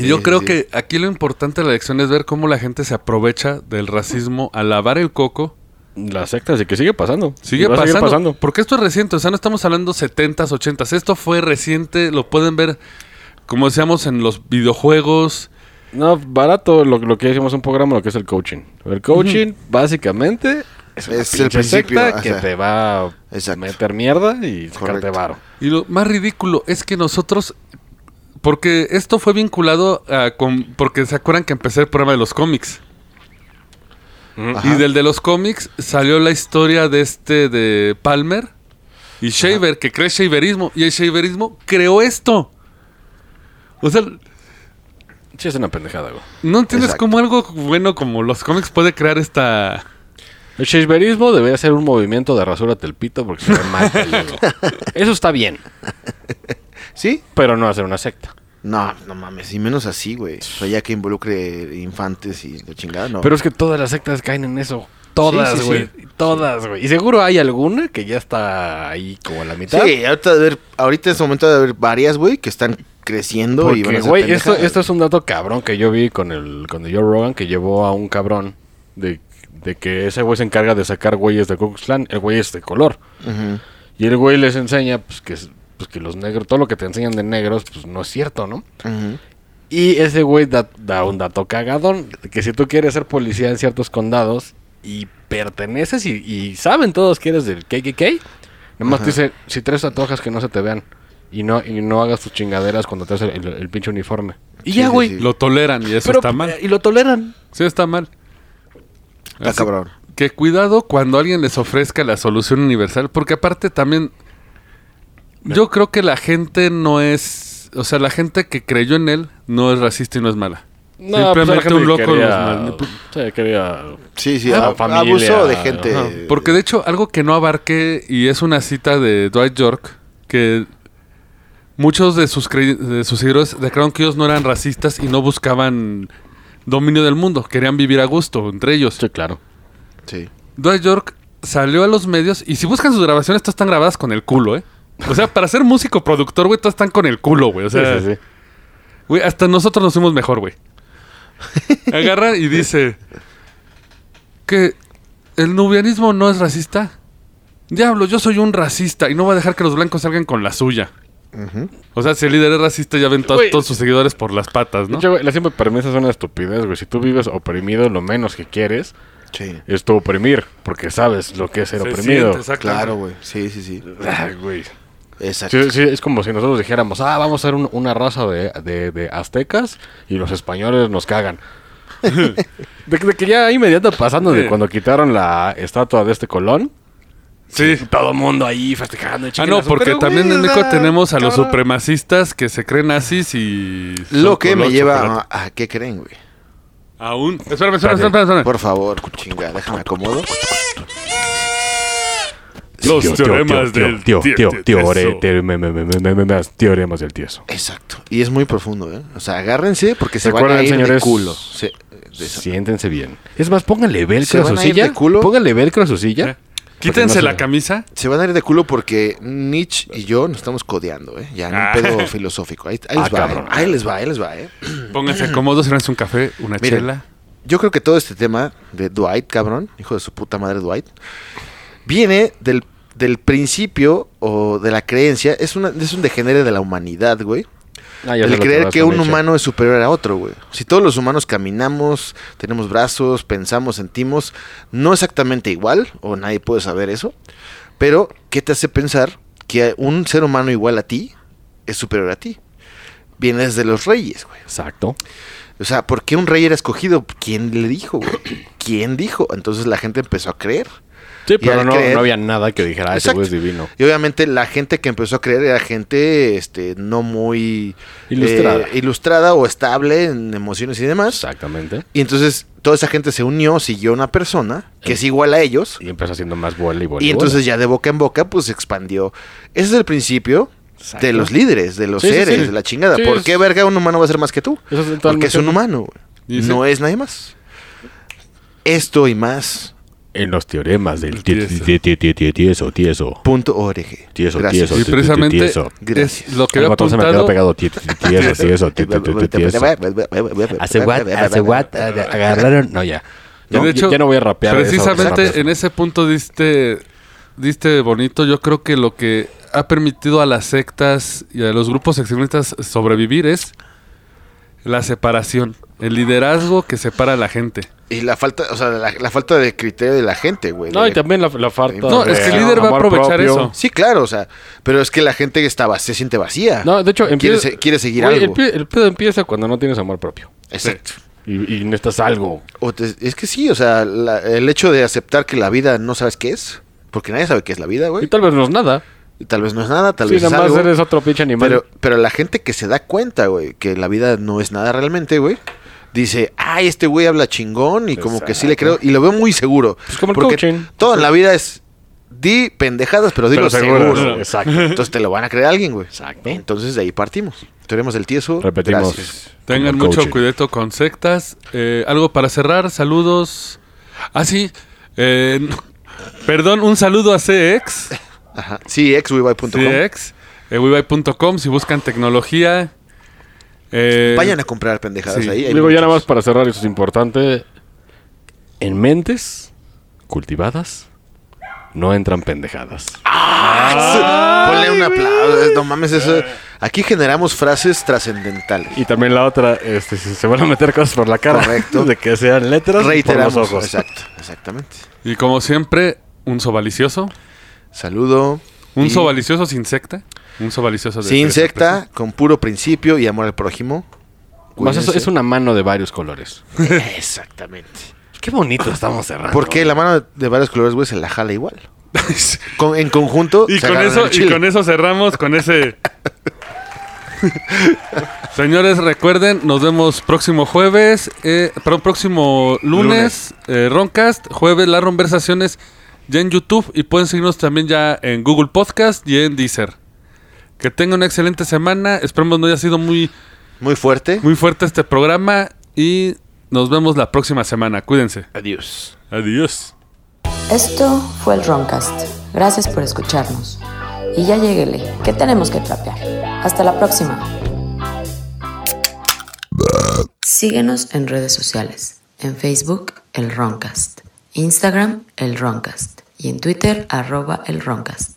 S3: Sí,
S2: yo
S3: sí,
S2: creo
S3: sí.
S2: que aquí lo importante de la elección es ver cómo la gente se aprovecha del racismo a lavar el coco.
S4: La secta, sí que sigue pasando.
S2: Sigue
S4: Va a seguir
S2: pasando, Porque esto es reciente, o sea, no estamos hablando 70s, 80s. Esto fue reciente, lo pueden ver, como decíamos, en los videojuegos.
S4: No, barato lo, lo que hicimos un programa, lo que es el coaching. El coaching, básicamente, es, una
S3: Es el
S4: pinche
S3: principio,
S4: secta que
S3: ajá.
S4: te va a
S3: Exacto.
S4: meter mierda y sacarte
S3: Correcto.
S4: varo.
S2: Y lo más ridículo es que nosotros. Porque esto fue vinculado a. con- porque se acuerdan que empecé el programa de los cómics.
S3: Ajá.
S2: Y del de los cómics salió la historia de este de Palmer y Shaver, que cree Shaverismo. Y el Shaverismo creó esto. O sea,
S4: Sí, es una pendejada, güey.
S2: No entiendes
S3: Exacto.
S2: cómo algo bueno como los cómics puede crear esta...
S4: El chisberismo debería ser un movimiento de rasúrate el pito porque se ve
S3: <laughs>
S4: mal. peludo. Eso está bien,
S3: ¿Sí?
S4: pero no hacer una secta.
S3: No, no mames, y menos así, güey. O sea, ya que involucre infantes y la chingada, no.
S4: Pero es que todas las sectas caen en eso. Todas,
S3: Sí, sí,
S4: güey. Todas, güey. Y seguro hay alguna que ya está ahí como a la mitad.
S3: sí, ahorita, de ver, ahorita en este momento debe haber varias, güey, que están creciendo y van
S4: Porque,
S3: a ser
S4: güey, esto,
S3: pendejadas.
S4: esto es un dato cabrón que yo vi con el con el Joe Rogan que llevó a un cabrón de, de que ese güey se encarga de sacar güeyes de Ku Klux Klan, el güey es de color.
S3: Ujú.
S4: Y el güey les enseña pues que, es- pues, que los negros, todo lo que te enseñan de negros, pues no es cierto, ¿no?
S3: Ujú.
S4: Y ese güey da, da un dato cagadón, que si tú quieres ser policía en ciertos condados y perteneces y, y saben todos que eres del KKK, nomás te dice, si traes tatuajes que no se te vean y no, y no hagas tus chingaderas cuando traes el, el- el pinche uniforme. Y
S3: Sí,
S4: ya,
S3: sí,
S4: güey.
S3: sí.
S2: Lo toleran y eso
S4: Pero- eh,
S2: está mal.
S4: Y lo toleran.
S2: Sí, está mal.
S3: Está
S2: Así
S3: cabrón.
S2: Que cuidado cuando alguien les ofrezca la solución universal, porque aparte también yo creo que la gente no es, o sea, la gente que creyó en él no es racista y no es mala.
S4: pues,
S2: Simplemente un loco los mal-
S4: Sí, quería...
S3: Sí, sí,
S4: Ah,
S3: ab-
S4: familia,
S3: abuso de gente.
S4: ajá.
S2: Porque de hecho, algo que no abarqué, y es una cita de Dwight York, que muchos de sus, crey- de sus seguidores declararon que ellos no eran racistas y no buscaban dominio del mundo, querían vivir a gusto entre ellos.
S4: Sí, claro.
S3: Sí.
S2: Dwight York salió a los medios y si buscan sus grabaciones, todas están grabadas con el culo, ¿eh? O sea, para ser músico productor, güey, todas están con el culo, güey. O
S4: Sí,
S2: sea,
S4: sí, sí.
S2: güey, hasta nosotros nos fuimos mejor, güey. Agarra y dice que el nubianismo no es racista. Diablo, yo soy un racista y no voy a dejar que los blancos salgan con la suya.
S3: Ujú.
S2: O sea, si el líder es racista, ya ven to-
S4: Güey.
S2: todos sus seguidores por las patas,
S4: De
S2: ¿no?
S4: hecho, güey, la siempre permisa es una estupidez, güey. Si tú vives oprimido, lo menos que quieres
S3: Sí.
S4: es tu oprimir, porque sabes lo que es ser
S2: Se
S4: oprimido.
S2: siente, exacto.
S3: Claro, güey. Sí, sí, sí.
S4: Ah, güey.
S3: Exacto.
S4: Sí, sí, es como si nosotros dijéramos, ah, vamos a ser un- una raza de, de- de aztecas y los españoles nos cagan. <laughs> de, que- de que ya ahí inmediato pasando de
S2: Sí.
S4: cuando quitaron la estatua de este Colón,
S2: Sí.
S4: todo el mundo ahí festejando.
S2: Ah,
S4: chiquen
S2: no,
S4: a su-
S2: porque
S4: Pero,
S2: también
S4: güey,
S2: en
S4: o sea,
S2: México tenemos a los
S4: cabrón.
S2: supremacistas que se creen nazis y... son
S3: Lo que me
S2: color
S3: lleva
S2: chocolate.
S3: a, a qué creen, güey.
S2: a un... Espérame, espérame, espérame, espérame.
S3: Por favor, chinga, déjame acomodo.
S2: Los
S4: Tío, tío,
S2: teoremas
S4: tío,
S2: del
S4: tío, tío,
S2: tieso. ¿Eh?
S4: teore- te- me- me- me- me- me- me- teoremas del tieso.
S3: Exacto. Y es muy profundo, ¿eh? O sea, agárrense porque se van a
S4: Recuerden,
S3: ir de
S4: señores,
S3: culo. Sí, de esa-
S4: Siéntense bien. Es más, pónganle
S3: ¿Se
S4: velcro a
S3: van
S4: su
S3: a ir
S4: silla.
S3: de culo? Eh.
S4: Pónganle velcro a su silla.
S2: Quítense
S4: Porque no
S2: la
S4: se-
S2: camisa.
S3: Se van a ir de culo porque Nietzsche y yo nos estamos codeando, ¿eh? Ya, en
S2: Ah.
S3: un pedo filosófico. Ahí, ahí les
S4: Ah,
S3: va,
S4: cabrón.
S3: ¿eh? Ahí les va, ahí les va, ¿eh?
S4: <clears throat>
S2: Pónganse cómodos, sírvanse un café, una
S3: Miren.
S2: chela.
S3: Yo creo que todo este tema de Dwight, cabrón, hijo de su puta madre Dwight, viene del, del principio o de la creencia. Es, una, es un degenere de la humanidad, güey.
S4: Ah, ya sé
S3: El
S4: lo que
S3: creer
S4: vas
S3: que
S4: con
S3: un
S4: Nietzsche.
S3: humano es superior a otro, güey. Si todos los humanos caminamos, tenemos brazos, pensamos, sentimos, no exactamente igual, o nadie puede saber eso, pero ¿qué te hace pensar que un ser humano igual a ti es superior a ti? Viene desde los reyes, güey.
S4: Exacto.
S3: O sea, ¿por qué un rey era escogido? ¿Quién le dijo, güey? ¿Quién dijo? Entonces la gente empezó a creer.
S4: Sí,
S3: Y
S4: pero
S3: al
S4: no,
S3: creer-
S4: no había nada que dijera, ah, ese
S3: Exacto.
S4: güey es divino.
S3: Y obviamente la gente que empezó a creer era gente este, no muy
S4: Ilustrada.
S3: eh, ilustrada o estable en emociones y demás.
S4: Exactamente.
S3: Y entonces toda esa gente se unió, siguió una persona que es igual a ellos.
S4: Y empezó haciendo más bola y bola.
S3: Y
S4: bola.
S3: entonces ya de boca en boca, pues se expandió. Ese es el principio
S4: Exacto.
S3: de los líderes, de los
S4: Sí, sí,
S3: seres,
S4: sí.
S3: de la chingada.
S4: Sí,
S3: ¿Por
S4: es-
S3: qué verga un humano va a ser más que tú?
S4: Eso es totalmente
S3: Porque es un humano,
S2: Y
S3: güey.
S2: sí.
S3: No es nadie más. Esto y más.
S4: En los teoremas del tie-
S2: Tieso.
S4: tie- tie- tie- tie- tieso, tieso.
S3: Punto org.
S4: Tieso,
S3: Gracias.
S4: tieso.
S2: Y
S4: Sí,
S2: precisamente
S4: sí, sí, eso.
S2: es
S3: Gracias.
S2: lo que
S4: El
S2: había
S4: botón se me quedó
S2: apuntado.
S4: pegado. tie- tie- Tieso, tieso, tie- tie- tie- tieso. Hace what, hace what, ah, de- agarraron. No, ya.
S2: Y
S4: No,
S2: de hecho,
S4: ya no voy a rapear. eso,
S2: Precisamente
S4: exacto.
S2: en ese punto diste, diste bonito. Yo creo que lo que ha permitido a las sectas y a los grupos extremistas sobrevivir es la separación. El liderazgo que separa a la gente.
S3: Y la falta, o sea, la, la falta de criterio de la gente, güey.
S4: No,
S3: De-
S4: y también la, la falta.
S3: No,
S4: de
S3: es que el
S2: líder va a
S4: amor
S2: aprovechar eso.
S3: Sí, claro, o sea, pero es que la gente que está va- se siente vacía.
S4: No, de hecho,
S3: quiere,
S4: empieza-
S3: se- quiere seguir
S4: Güey,
S3: algo.
S4: El, pe- el pedo empieza cuando no tienes amor propio.
S3: Exacto.
S4: Y, y necesitas algo.
S3: O te- es que sí, o sea, la- el hecho de aceptar que la vida no sabes qué es, porque nadie sabe qué es la vida,
S4: Y
S3: güey.
S4: tal vez no es nada.
S3: Tal vez no es nada, tal
S4: Sí,
S3: vez es
S4: nada más
S3: algo.
S4: eres otro pinche animal.
S3: Pero, pero la gente que se da cuenta, güey, que la vida no es nada realmente, güey, dice, ay, este güey habla chingón y como que sí le creo y lo veo muy seguro.
S4: Pues como el
S3: porque
S4: coaching.
S3: Todo en la vida es, di pendejadas, pero digo
S4: Pero seguro,
S3: seguro.
S4: ¿no? Exacto.
S3: Entonces te lo van a creer a alguien, güey.
S4: Exacto.
S3: Entonces de ahí partimos. Tenemos el tieso.
S4: Repetimos.
S3: gracias.
S2: Tengan
S4: Como el
S2: mucho
S4: coaching.
S2: cuidado con sectas. Eh, algo para cerrar, saludos. Ah, sí. eh, no. perdón, un saludo a
S4: <laughs>
S2: CX.
S3: Ajá. Sí, exwebby.com.
S2: CX. eh, webuy.com, si buscan tecnología. Eh,
S3: Vayan a comprar pendejadas
S2: sí.
S3: ahí. hay
S4: Digo, ya nada más
S3: muchas.
S4: para cerrar, eso es importante. En mentes cultivadas no entran pendejadas.
S3: Ah, Ponle un aplauso. No mames, eso. Aquí generamos frases trascendentales.
S4: Y también la otra, este, si se van a meter cosas por la cara.
S3: Correcto.
S4: De que sean letras y por los
S3: Reiteramos.
S4: ojos.
S3: Exacto, exactamente.
S2: Y como siempre, un sobalicioso.
S3: Saludo.
S2: Un
S3: Y-
S2: sobalicioso sin secta. Un sobalicioso de
S3: Sin
S2: secta.
S3: insecta, con puro principio y amor
S2: <laughs>
S3: al prójimo.
S4: Más eso
S3: Cuídense.
S4: es una mano de varios colores.
S3: Exactamente.
S4: Qué bonito estamos cerrando.
S3: Porque la mano de varios colores, güey, se la
S2: <laughs>
S3: jala igual. Con- en conjunto.
S2: y,
S3: se
S2: con
S3: agarran
S2: eso,
S3: el
S2: y
S3: chile.
S2: con eso cerramos con ese. <laughs> Señores, recuerden, nos vemos próximo jueves, eh, perdón, próximo lunes, eh, Roncast, jueves las conversaciones ya en YouTube y pueden seguirnos también ya en Google Podcast y en Deezer. Que tengan una excelente semana, esperemos no haya sido muy,
S3: Muy fuerte.
S2: muy fuerte este programa y nos vemos la próxima semana, cuídense.
S3: Adiós.
S2: Adiós.
S1: Esto fue el Roncast. Gracias por escucharnos. Y ya lleguele, que tenemos que trapear. Hasta la próxima. Síguenos en redes sociales. En Facebook, el Roncast. Instagram, el Roncast. Y en Twitter, arroba el Roncast.